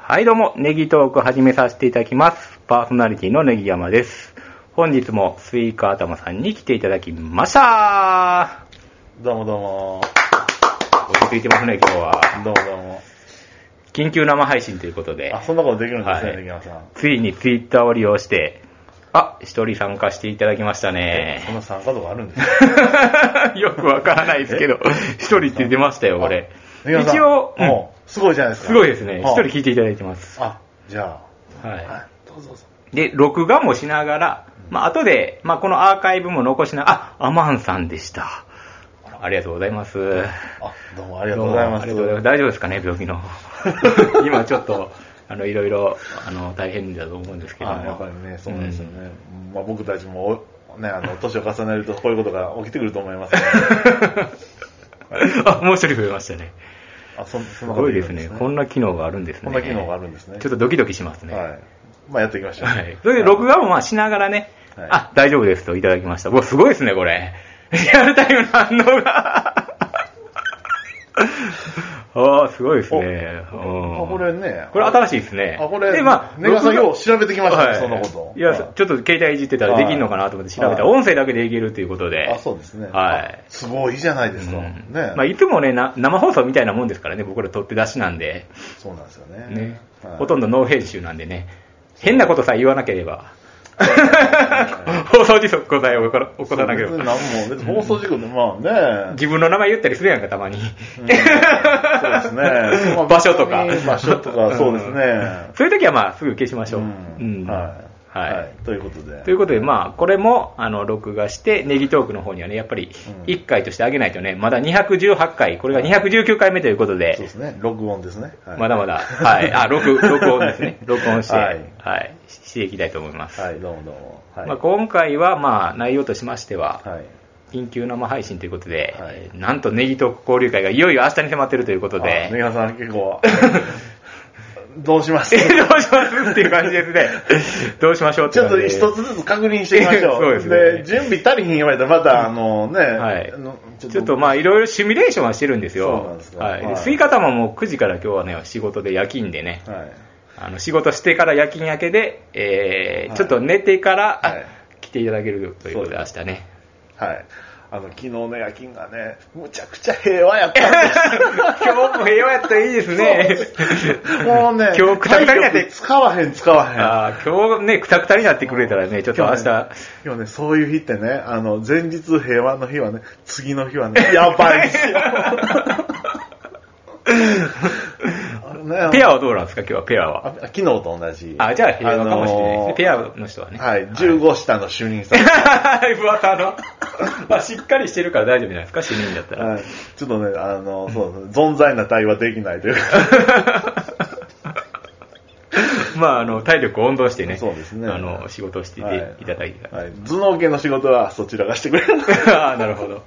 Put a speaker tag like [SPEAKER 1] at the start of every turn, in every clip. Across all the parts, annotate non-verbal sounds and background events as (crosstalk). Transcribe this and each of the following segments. [SPEAKER 1] はい、どうも、ネギトーク始めさせていただきます。パーソナリティのネギ山です。本日もスイカ頭さんに来ていただきました
[SPEAKER 2] どうもどうも。
[SPEAKER 1] 落ち着いてますね、今日は。
[SPEAKER 2] どうもどうも。
[SPEAKER 1] 緊急生配信ということで
[SPEAKER 2] あ、、そんなことできるんです
[SPEAKER 1] は
[SPEAKER 2] ね、
[SPEAKER 1] い
[SPEAKER 2] できまさん。
[SPEAKER 1] ついにツイッターを利用して、あ、一人参加していただきました
[SPEAKER 2] そん
[SPEAKER 1] ね。
[SPEAKER 2] な参加とかあるんですか
[SPEAKER 1] (laughs) よくわからないですけど、一人って出ましたよ、これ。
[SPEAKER 2] できまさん
[SPEAKER 1] 一応、うん
[SPEAKER 2] もう、すごいじゃないですか。
[SPEAKER 1] すごいですね。一
[SPEAKER 2] はあ
[SPEAKER 1] 人聞いていただいてます。
[SPEAKER 2] あ、じゃ
[SPEAKER 1] は
[SPEAKER 2] あ、
[SPEAKER 1] い。
[SPEAKER 2] はい、どうぞどうぞ。
[SPEAKER 1] で、録画もしながら、まあ、後で、まあ、このアーカイブも残しな、あ、アマンさんでした。ありがとうございます。
[SPEAKER 2] あ、どうもありがとうございます。
[SPEAKER 1] どうもありがとうございます。大丈夫ですかね、病気
[SPEAKER 2] (laughs)
[SPEAKER 1] の。今ちょっと、あの、いろいろ、あの、大変だと思うんですけども。
[SPEAKER 2] あやっぱりね、そうなんですよね。まあ僕たちも、おね、あの、年を重ねるとこういうことが起きてくると思います、ね。
[SPEAKER 1] (laughs) うん。あ、もう一人増えましたね。
[SPEAKER 2] あ、そんそ
[SPEAKER 1] す
[SPEAKER 2] んなこと
[SPEAKER 1] ごい
[SPEAKER 2] で
[SPEAKER 1] で
[SPEAKER 2] き
[SPEAKER 1] す
[SPEAKER 2] るん
[SPEAKER 1] ね。こんな機能があるんですね。
[SPEAKER 2] こんな機能があるんですね
[SPEAKER 1] ちょっとドキドキしますね。
[SPEAKER 2] はい。まあやっていきましょう。
[SPEAKER 1] はい。それで録画もまあしながらね、
[SPEAKER 2] はい
[SPEAKER 1] あ、大丈夫ですといただきました。うわ、すごいですね、これ。リアルタイムの反応
[SPEAKER 2] (laughs)
[SPEAKER 1] が。ああ、すごいですね。
[SPEAKER 2] お
[SPEAKER 1] うん
[SPEAKER 2] あこれね
[SPEAKER 1] これ新しいですね。
[SPEAKER 2] あ、これ、
[SPEAKER 1] で、まあ、
[SPEAKER 2] ネガさ
[SPEAKER 1] 録
[SPEAKER 2] んよ
[SPEAKER 1] 画
[SPEAKER 2] う調べてきましたね、
[SPEAKER 1] はい
[SPEAKER 2] そんなこと。
[SPEAKER 1] いや、
[SPEAKER 2] はい
[SPEAKER 1] ちょっと携帯いじってたらできるのかなと思って調べたら、
[SPEAKER 2] はい
[SPEAKER 1] 音声だけでいけるということで。
[SPEAKER 2] あ、そうですね。
[SPEAKER 1] はい
[SPEAKER 2] あ。すごいじゃないですか。
[SPEAKER 1] うん
[SPEAKER 2] ね。
[SPEAKER 1] まあ、いつもねな、生放送みたいなもんですからね、僕ら撮って出しなんで、
[SPEAKER 2] そうなんですよね。
[SPEAKER 1] ね、
[SPEAKER 2] はい
[SPEAKER 1] ほとんどノー編集なんでね、変なことさえ言わなければ、
[SPEAKER 2] は
[SPEAKER 1] 放送時速答えを起こら起こさなけれ
[SPEAKER 2] 別に
[SPEAKER 1] ば。
[SPEAKER 2] 何も、別に放送事故で、まあね。
[SPEAKER 1] 自分の名前言ったりするやんか、たまに。
[SPEAKER 2] うんそうですね。まあ
[SPEAKER 1] 場所とか
[SPEAKER 2] 別に場所とか、そうですね。
[SPEAKER 1] そういう時はまあ、すぐ消しましょう。
[SPEAKER 2] うん
[SPEAKER 1] うん
[SPEAKER 2] はい。
[SPEAKER 1] はい
[SPEAKER 2] はい。ということで。
[SPEAKER 1] ということで、まあ、これも、あの、録画して、ネギトークの方にはね、やっぱり、
[SPEAKER 2] うん
[SPEAKER 1] 1回としてあげないとね、まだ218回、これが219回目ということで、
[SPEAKER 2] そうですね。録音ですね。はい
[SPEAKER 1] まだまだ、はい、あ、
[SPEAKER 2] (laughs)
[SPEAKER 1] 録、録音ですね。録音して、は
[SPEAKER 2] はいい、
[SPEAKER 1] ししていきたいと思います。
[SPEAKER 2] はい、どうもどうも。はい。
[SPEAKER 1] まあ、今回は、まあ、内容としましては、
[SPEAKER 2] はい。
[SPEAKER 1] 緊急生配信ということで、
[SPEAKER 2] はい
[SPEAKER 1] えーなんとネギトーク交流会がいよいよ明日に迫ってるということ
[SPEAKER 2] あ
[SPEAKER 1] で、
[SPEAKER 2] 根川さん結構、 (laughs) どうします
[SPEAKER 1] (laughs) えどうしますっていう感じですね。どうしましょうって
[SPEAKER 2] ちょっ
[SPEAKER 1] 感じ
[SPEAKER 2] と
[SPEAKER 1] で。
[SPEAKER 2] 一つずつ確認していきま (laughs) しょう。
[SPEAKER 1] そうですね
[SPEAKER 2] 準備足りひん言われたら、また、あのね、
[SPEAKER 1] はい
[SPEAKER 2] あのち
[SPEAKER 1] ちょっとまあいろいろシミュレーションはしてるんですよ。
[SPEAKER 2] そうなんですか
[SPEAKER 1] はい。
[SPEAKER 2] はい
[SPEAKER 1] スイカ玉も9時から今日はね、仕事で夜勤でね、
[SPEAKER 2] はい。
[SPEAKER 1] あの仕事してから夜勤明けで、えー
[SPEAKER 2] はい
[SPEAKER 1] ちょっと寝てから、あ
[SPEAKER 2] はい
[SPEAKER 1] 来ていただけるということで、
[SPEAKER 2] そう
[SPEAKER 1] 明
[SPEAKER 2] で
[SPEAKER 1] 日ね。
[SPEAKER 2] はい。あの、昨日の夜勤がね、むちゃくちゃ平和やったんです
[SPEAKER 1] 今日も平和やったらいいです (laughs) ね。
[SPEAKER 2] よもうね、
[SPEAKER 1] 今日くたくたになって
[SPEAKER 2] 体力使わへん、使わへん。
[SPEAKER 1] あー今日ね、くたくたになってくれたらね、ちょっと明日、
[SPEAKER 2] 今日ね今日ね、そういう日ってね、あの、前日平和の日はね、次の日はね、やばいん
[SPEAKER 1] (laughs)
[SPEAKER 2] ですよ。あのね
[SPEAKER 1] ペアはどうなんですか、今日はペアは。
[SPEAKER 2] あ昨日と同じ。
[SPEAKER 1] あ、じゃあ平和かもしれないですね。
[SPEAKER 2] あのー
[SPEAKER 1] ペアの人はね。
[SPEAKER 2] はい、15下の主任さん。
[SPEAKER 1] (laughs) はい、不安の。 (laughs) まあ、しっかりしてるから大丈夫じゃないですか、死人だったら。
[SPEAKER 2] はいちょっとね、あの、そうですね、存在な対話できないというか、
[SPEAKER 1] まあ、あの、体力を温存してね、
[SPEAKER 2] そうですね
[SPEAKER 1] あの、仕事を (laughs) してい
[SPEAKER 2] は
[SPEAKER 1] ていただいたら。
[SPEAKER 2] はい頭脳系の仕事はそちらがしてくれる。
[SPEAKER 1] (laughs) ああ、なるほど。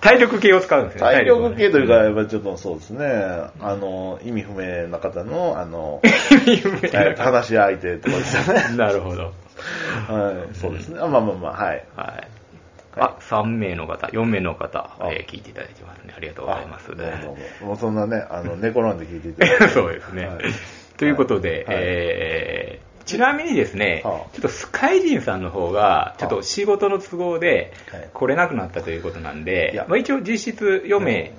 [SPEAKER 1] 体力系を使うんですね。
[SPEAKER 2] 体力系というか、
[SPEAKER 1] 体
[SPEAKER 2] やっぱりちょっとそうですね、あの、意味不明な方の、あ
[SPEAKER 1] (laughs)
[SPEAKER 2] の、
[SPEAKER 1] 力を
[SPEAKER 2] (laughs)
[SPEAKER 1] ね。
[SPEAKER 2] はい話し相手とかです
[SPEAKER 1] (laughs)
[SPEAKER 2] よね。
[SPEAKER 1] なるほど。
[SPEAKER 2] はい、そうですね。あまあまあまあ、はい。
[SPEAKER 1] はい。あ、3名の方、4名の方、
[SPEAKER 2] あ
[SPEAKER 1] えー聞いていただいてますね。ありがとうございます。
[SPEAKER 2] あどうもどうももうそんなね、
[SPEAKER 1] (laughs)
[SPEAKER 2] あの、寝転んで聞いていただいて。
[SPEAKER 1] そうですね。
[SPEAKER 2] はい
[SPEAKER 1] ということで、
[SPEAKER 2] はい
[SPEAKER 1] えーちなみにですね、
[SPEAKER 2] はあ
[SPEAKER 1] ちょっとスカイジンさんの方が、ちょっと仕事の都合で
[SPEAKER 2] はい
[SPEAKER 1] 来れなくなったということなんで、
[SPEAKER 2] いや
[SPEAKER 1] まあ、一応実質4名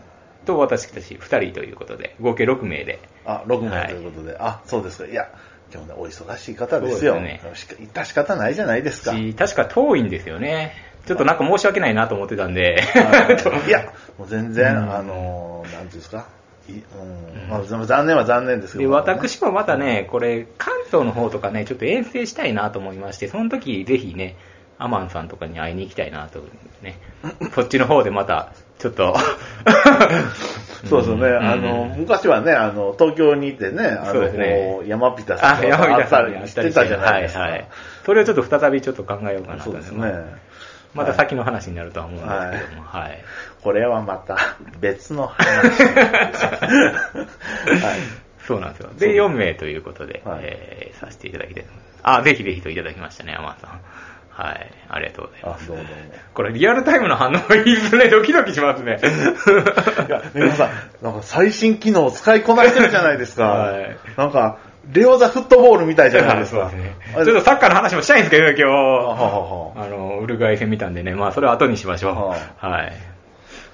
[SPEAKER 1] と私たち2人ということで、合計6名で。
[SPEAKER 2] あ、6
[SPEAKER 1] は
[SPEAKER 2] 名
[SPEAKER 1] い
[SPEAKER 2] ということで、あ、そうですか。いや、今日ね、お忙しい方ですよ。
[SPEAKER 1] そうで
[SPEAKER 2] しか致し方ないじゃないですか。
[SPEAKER 1] し確か遠いんですよね。ちょっとなんか申し訳ないなと思ってたんで、 (laughs)
[SPEAKER 2] はいいや、もう全然、
[SPEAKER 1] うん
[SPEAKER 2] あの、なんていうんですか。いうんまあ、残念は残念ですけ
[SPEAKER 1] で
[SPEAKER 2] ど、
[SPEAKER 1] 私もまたね、これ、関東の方とかね、ちょっと遠征したいなと思いまして、その時ぜひね、アマンさんとかに会いに行きたいなと、
[SPEAKER 2] (laughs)
[SPEAKER 1] ね、そっちの方でまた、ちょっと、
[SPEAKER 2] そうですよね、
[SPEAKER 1] うん
[SPEAKER 2] あの、昔はね、あの、東京にいてね、あ
[SPEAKER 1] そう
[SPEAKER 2] の、
[SPEAKER 1] ですね
[SPEAKER 2] こう山ピタさん
[SPEAKER 1] あ、
[SPEAKER 2] と
[SPEAKER 1] 山
[SPEAKER 2] 会
[SPEAKER 1] 口
[SPEAKER 2] っ
[SPEAKER 1] さ
[SPEAKER 2] た
[SPEAKER 1] んに会
[SPEAKER 2] り
[SPEAKER 1] っ
[SPEAKER 2] した
[SPEAKER 1] り
[SPEAKER 2] て
[SPEAKER 1] して
[SPEAKER 2] たじゃないですか。
[SPEAKER 1] はいはい。それをちょっと再びちょっと考えようかなと。
[SPEAKER 2] そうですね。
[SPEAKER 1] また先の話になるとは思うんですけども、はい。
[SPEAKER 2] これはまた別の話。 (laughs) はい。
[SPEAKER 1] そうなんですよ。
[SPEAKER 2] そう
[SPEAKER 1] で、4名ということで、
[SPEAKER 2] はい
[SPEAKER 1] えーさせていただきたいと思います。あ、ぜひぜひといただきましたね、アマンさん。はい。ありがとうございます
[SPEAKER 2] あ、。どうもどうも。
[SPEAKER 1] これリアルタイムの反応いいですね。ドキドキしますね。 (laughs)
[SPEAKER 2] いや、皆さん、なんか最新機能を使いこなしてるじゃないですか。
[SPEAKER 1] はい
[SPEAKER 2] なんか、レオザフットボールみたいじゃないです
[SPEAKER 1] そうで
[SPEAKER 2] か。
[SPEAKER 1] すね。ちょ
[SPEAKER 2] あ
[SPEAKER 1] っとサッカーの話もしたいんですけど、
[SPEAKER 2] あは
[SPEAKER 1] 今日。
[SPEAKER 2] はは
[SPEAKER 1] あの、ウルグアイ戦見たんでね、まあ、それは後にしましょう。
[SPEAKER 2] は
[SPEAKER 1] はい。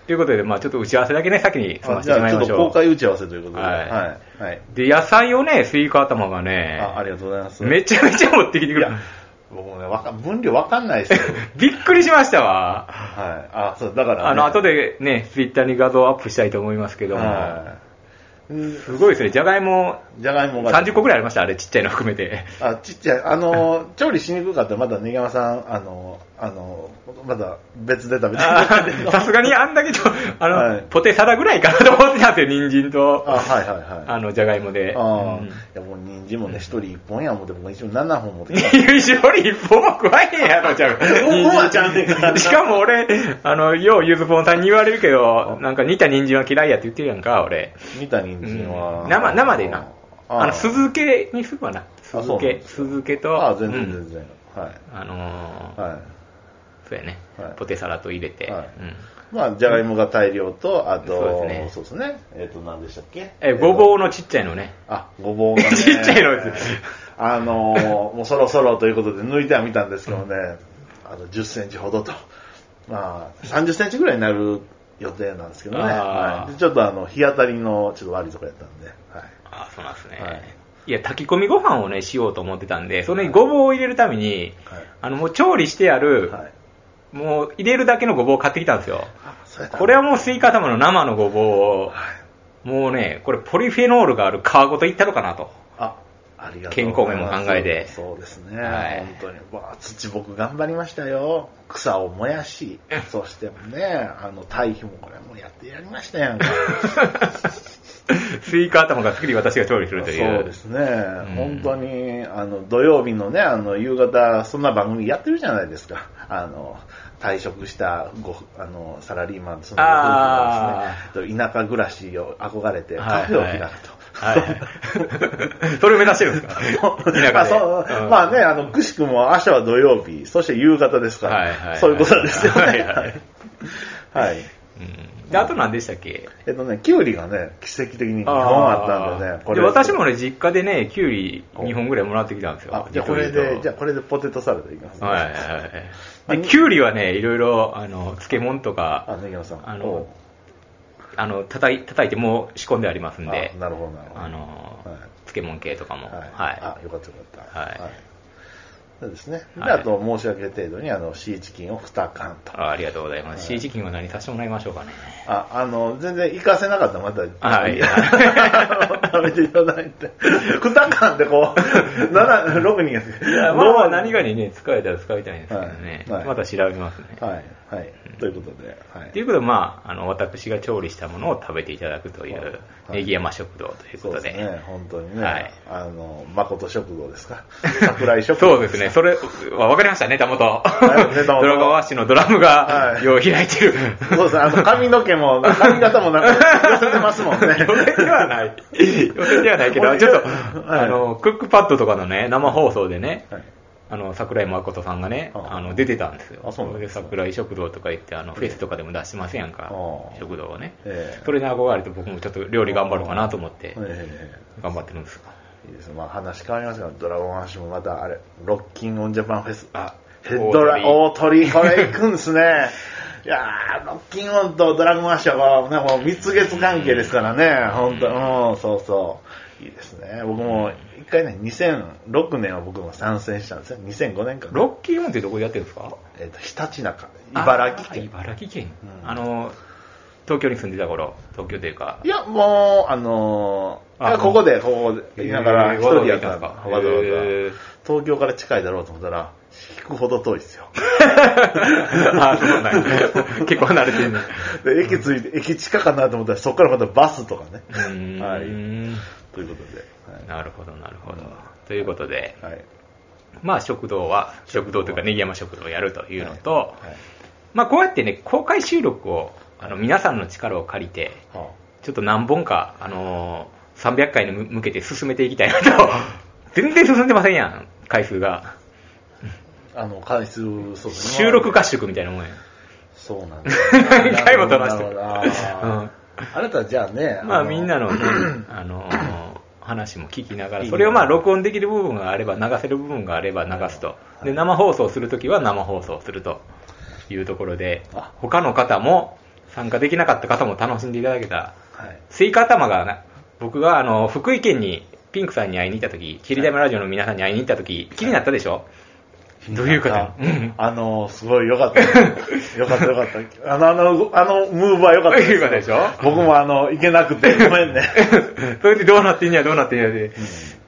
[SPEAKER 1] ということで、まあ、ちょっと打ち合わせだけね、先に済ま
[SPEAKER 2] あ
[SPEAKER 1] せ
[SPEAKER 2] じ
[SPEAKER 1] てし
[SPEAKER 2] ゃ
[SPEAKER 1] ま
[SPEAKER 2] あ
[SPEAKER 1] い
[SPEAKER 2] ちょ
[SPEAKER 1] ま
[SPEAKER 2] っ
[SPEAKER 1] し
[SPEAKER 2] と
[SPEAKER 1] ょ
[SPEAKER 2] 公
[SPEAKER 1] う。
[SPEAKER 2] 開打ち合わせということで。
[SPEAKER 1] は
[SPEAKER 2] はいい。はい。
[SPEAKER 1] で、野菜をね、スイカ頭がね、
[SPEAKER 2] あありがとうございます。
[SPEAKER 1] めちゃめちゃ持ってきてく
[SPEAKER 2] い
[SPEAKER 1] る
[SPEAKER 2] や。僕もね、わか分量わかんないですよ。
[SPEAKER 1] (laughs)
[SPEAKER 2] (laughs)
[SPEAKER 1] びっくりしましたわ。
[SPEAKER 2] はい。あ、そう、だから、
[SPEAKER 1] あの、後
[SPEAKER 2] で、
[SPEAKER 1] でね、ツイッターに画像をアップしたいと思いますけども、
[SPEAKER 2] はい。うん
[SPEAKER 1] すごいですね、じゃがいも
[SPEAKER 2] じゃがいもが。
[SPEAKER 1] 30個ぐらいありました、あれ、ちっちゃいの含めて。
[SPEAKER 2] あ、ちっちゃい。あの、
[SPEAKER 1] (laughs)
[SPEAKER 2] 調理しにくかったらまだ、ねぎまさん、あの、あの、まだ別で食べて
[SPEAKER 1] あ
[SPEAKER 2] (laughs)
[SPEAKER 1] ーさすがにあんだけちょ、あの、
[SPEAKER 2] はい
[SPEAKER 1] ポテサラぐらいかなと思ってたんですよ、人参 (laughs) と、
[SPEAKER 2] あ、はいはいはい。
[SPEAKER 1] あの、じゃがいもで。
[SPEAKER 2] ああ、
[SPEAKER 1] うん (laughs)
[SPEAKER 2] いやもう人参もね、一人一本や思って、僕一応7本持ってきた。
[SPEAKER 1] い (laughs) うしおり一本も食わへんやろ、じゃ
[SPEAKER 2] 五本はちゃうねん
[SPEAKER 1] あ。 (laughs) しかも俺、あの、ようゆずぽんさんに言われるけど、なんか煮た人参は嫌いやって言ってるやんか、俺。
[SPEAKER 2] 見た
[SPEAKER 1] う
[SPEAKER 2] 人参
[SPEAKER 1] ん
[SPEAKER 2] は。
[SPEAKER 1] 生、生でな。
[SPEAKER 2] あ
[SPEAKER 1] あの、酢漬けにするわな。酢
[SPEAKER 2] そう
[SPEAKER 1] 漬
[SPEAKER 2] なん
[SPEAKER 1] け、
[SPEAKER 2] で
[SPEAKER 1] 酢
[SPEAKER 2] す
[SPEAKER 1] 漬けと、
[SPEAKER 2] ああ、全然
[SPEAKER 1] うん
[SPEAKER 2] 全然。はい。
[SPEAKER 1] あのー
[SPEAKER 2] は
[SPEAKER 1] そうやね
[SPEAKER 2] はい、
[SPEAKER 1] ポテサラと入れて。
[SPEAKER 2] はい
[SPEAKER 1] うん
[SPEAKER 2] い。まあ、じゃがいもが大量と、あ
[SPEAKER 1] そう
[SPEAKER 2] と
[SPEAKER 1] で、すね
[SPEAKER 2] そうですね。えっと、何でしたっけ
[SPEAKER 1] え、ごぼ
[SPEAKER 2] う。
[SPEAKER 1] うのちっちゃいのね。
[SPEAKER 2] あ、ごぼうがね。
[SPEAKER 1] (laughs) ちっちゃいのです
[SPEAKER 2] あのー、もうそろそろということで抜いてはみたんですけどね、あと10センチほどと。まあ、30センチぐらいになる予定なんですけどね。
[SPEAKER 1] あー
[SPEAKER 2] はいでちょっとあの、日当たりのちょっと悪いとこやったんで。はい。
[SPEAKER 1] あそうなんですね。
[SPEAKER 2] はい
[SPEAKER 1] い、や、炊き込みご飯をね、しようと思ってたんで、それにごぼうを入れるために、
[SPEAKER 2] はい
[SPEAKER 1] あの、もう調理してある、
[SPEAKER 2] はい。
[SPEAKER 1] もう入れるだけのごぼうを買ってきたんですよ。
[SPEAKER 2] そうやった
[SPEAKER 1] これはもうスイカ玉の生のごぼうを、もうね、これポリフェノールがある皮ごといったのかな
[SPEAKER 2] (laughs)
[SPEAKER 1] と。
[SPEAKER 2] あ、ありがとう。
[SPEAKER 1] 健康面も考えて
[SPEAKER 2] そうそうですね。
[SPEAKER 1] はい
[SPEAKER 2] 本当に。わあ土僕頑張りましたよ。草を燃やし、そしてね、あの、堆肥もこれもやってやりましたやんか。
[SPEAKER 1] スイカ頭が好きで私が調理するという。
[SPEAKER 2] そうですね、
[SPEAKER 1] うん
[SPEAKER 2] 本当にあの土曜日のねあの夕方そんな番組やってるじゃないですかあの退職したごあのサラリーマンそのご夫婦がですね田舎暮らしを憧れてカフェを開くと。 (laughs)
[SPEAKER 1] はいはい。それを目指してるんですか田舎で
[SPEAKER 2] まあそう
[SPEAKER 1] うん
[SPEAKER 2] まあね、あの、くしくも明日は土曜日、そして夕方ですから、
[SPEAKER 1] はいはいはい
[SPEAKER 2] そういうことですよね。
[SPEAKER 1] はいはい
[SPEAKER 2] (laughs) はい
[SPEAKER 1] うんで、あと何でしたっけ
[SPEAKER 2] えっとね、キュウリがね、奇跡的に2本あったんでね、
[SPEAKER 1] で私も
[SPEAKER 2] ね、
[SPEAKER 1] ね、実家でね、キュウリ2本ぐらいもらってきたんですよ
[SPEAKER 2] あ。じゃあこれで、じゃあ
[SPEAKER 1] あ。
[SPEAKER 2] これでポテトサラダいきますね。
[SPEAKER 1] はいはいはい。で、キュウリはね、いろいろ、あの、漬物とか、
[SPEAKER 2] あ、ネギさん。
[SPEAKER 1] あの
[SPEAKER 2] おう
[SPEAKER 1] あの、叩い叩いてもう仕込んでありますんで
[SPEAKER 2] あ、なるほど、なるほど。
[SPEAKER 1] あの
[SPEAKER 2] はい、
[SPEAKER 1] 漬物系とかも。
[SPEAKER 2] はい。
[SPEAKER 1] は
[SPEAKER 2] あ、よかったよかった。
[SPEAKER 1] はい
[SPEAKER 2] そうですね。で、
[SPEAKER 1] はい
[SPEAKER 2] あと、申し訳程度に、あの、シーチキンを2缶
[SPEAKER 1] い。
[SPEAKER 2] と。
[SPEAKER 1] あありがとうございま
[SPEAKER 2] は
[SPEAKER 1] す。
[SPEAKER 2] い
[SPEAKER 1] シーチキンは何させてもらいましょうかね。
[SPEAKER 2] あ、あの、全然行かせなかったらまた、
[SPEAKER 1] はい
[SPEAKER 2] 食べていただ
[SPEAKER 1] (laughs)
[SPEAKER 2] いて。2缶でこう、7、6人やって。
[SPEAKER 1] いや、まあまあ何がにね、使えたら使いたいんですけどね。
[SPEAKER 2] はいはい
[SPEAKER 1] また調べますね。
[SPEAKER 2] はい、はい。ということで、はい
[SPEAKER 1] と。いうことで、まあ、あの、私が調理したものを食べていただくとい、
[SPEAKER 2] はいうはい
[SPEAKER 1] ネギ山食堂という
[SPEAKER 2] そ
[SPEAKER 1] こ
[SPEAKER 2] う
[SPEAKER 1] と
[SPEAKER 2] で
[SPEAKER 1] で。
[SPEAKER 2] すね、本当にね、
[SPEAKER 1] はい
[SPEAKER 2] あの、誠食堂ですか桜井食堂
[SPEAKER 1] そうですね、それ、わわかりましたね、たもと。
[SPEAKER 2] いネタ元
[SPEAKER 1] ドラゴンワッシュのドラムが、
[SPEAKER 2] はい
[SPEAKER 1] よう開いてる。
[SPEAKER 2] そうですね、あの髪の毛も、髪型もなんか、寄せてますもんね。
[SPEAKER 1] (laughs) 寄せではない。寄せではないけど、ちょっと、
[SPEAKER 2] はい
[SPEAKER 1] あの、クックパッドとかのね、生放送でね、
[SPEAKER 2] はい
[SPEAKER 1] あの、桜井誠さんがね、
[SPEAKER 2] あ
[SPEAKER 1] あの、出てたんですよ。
[SPEAKER 2] あそうなんですね
[SPEAKER 1] 桜井食堂とか言って、あの、フェスとかでも出してませんやんか
[SPEAKER 2] あ、
[SPEAKER 1] 食堂をね。
[SPEAKER 2] ええ
[SPEAKER 1] それに憧れて僕もちょっと料理頑張ろうかなと思って、
[SPEAKER 2] え
[SPEAKER 1] 頑張ってるんですが。
[SPEAKER 2] えいいですねまあ話変わりますが、ドラゴンアッシュもまた、あれ、ロッキンオンジャパンフェス。
[SPEAKER 1] あ
[SPEAKER 2] ヘッドラ、
[SPEAKER 1] 大
[SPEAKER 2] 大 (laughs) 鳥、これ行くんですね。いやー、ロッキンオンとドラゴンアッシュはこう、ね、もう蜜月関係ですからね、本当うん、そうそう。いいですね。僕も、一回ね、2006年は僕も参戦したんですよ。2005年かな。
[SPEAKER 1] ロッキーオンってどこでやってるんですか
[SPEAKER 2] えっ、と、ひたちなか、茨城
[SPEAKER 1] あ
[SPEAKER 2] 県。
[SPEAKER 1] 茨城県、
[SPEAKER 2] うん
[SPEAKER 1] あの東京に住んでた頃東京というか
[SPEAKER 2] いや、もう、あのー
[SPEAKER 1] あ
[SPEAKER 2] いやここで、ここで、いながら、
[SPEAKER 1] えー
[SPEAKER 2] 一人やったん
[SPEAKER 1] わざ
[SPEAKER 2] だ。
[SPEAKER 1] わざ行ったんですか
[SPEAKER 2] わざわざ
[SPEAKER 1] へー。
[SPEAKER 2] 東京から近いだろうと思ったら、引くほど遠いですよ。 (laughs)
[SPEAKER 1] (laughs) あそうなんや (laughs) 結構離れてるね
[SPEAKER 2] で駅着いて、駅近かなと思ったら、そこからまたバスとかね。 (laughs)
[SPEAKER 1] うーん
[SPEAKER 2] はい。ということで。
[SPEAKER 1] なるほどなるほど、ということで
[SPEAKER 2] はい。はい。
[SPEAKER 1] まあ食堂は食堂というかネギ山食堂をやるというのと、
[SPEAKER 2] はい
[SPEAKER 1] まあこうやってね公開収録をあの皆さんの力を借りて
[SPEAKER 2] は
[SPEAKER 1] ちょっと何本かあのー300回に向向けて進めていきたいなと (laughs) 全然進んでませんやん回数が
[SPEAKER 2] あ、あの、回数、そうですね
[SPEAKER 1] 収録合宿みたいな (laughs) もんやん
[SPEAKER 2] そうな
[SPEAKER 1] (laughs)
[SPEAKER 2] んですよ
[SPEAKER 1] 何回も撮らせて
[SPEAKER 2] なるほどなるほどあーあなたじゃあね、
[SPEAKER 1] (laughs) まあ
[SPEAKER 2] の
[SPEAKER 1] みんなのね、あのー話も聞きなが
[SPEAKER 2] いい
[SPEAKER 1] ら、
[SPEAKER 2] ね
[SPEAKER 1] それをまあ録音できる部分があれば、流せる部分があれば流すと。で、生放送するときは生放送するというところで
[SPEAKER 2] あ、
[SPEAKER 1] 他の方も参加できなかった方も楽しんでいただけたら、
[SPEAKER 2] はい。
[SPEAKER 1] スイカ頭がな、僕があの、福井県にピンクさんに会いに行ったとき、霧玉ラジオの皆さんに会いに行ったとき、気になったでしょ、どういうこと
[SPEAKER 2] なん
[SPEAKER 1] うん
[SPEAKER 2] あの、すごい良か
[SPEAKER 1] (laughs)
[SPEAKER 2] った。良かった良かった。あの、あの、あのムーブは
[SPEAKER 1] (laughs)
[SPEAKER 2] 良かった
[SPEAKER 1] 良かったでしょ
[SPEAKER 2] 僕もあの、いけなくて、
[SPEAKER 1] (laughs)
[SPEAKER 2] ごめんね。
[SPEAKER 1] それでどうなってんや、どうなってんやで、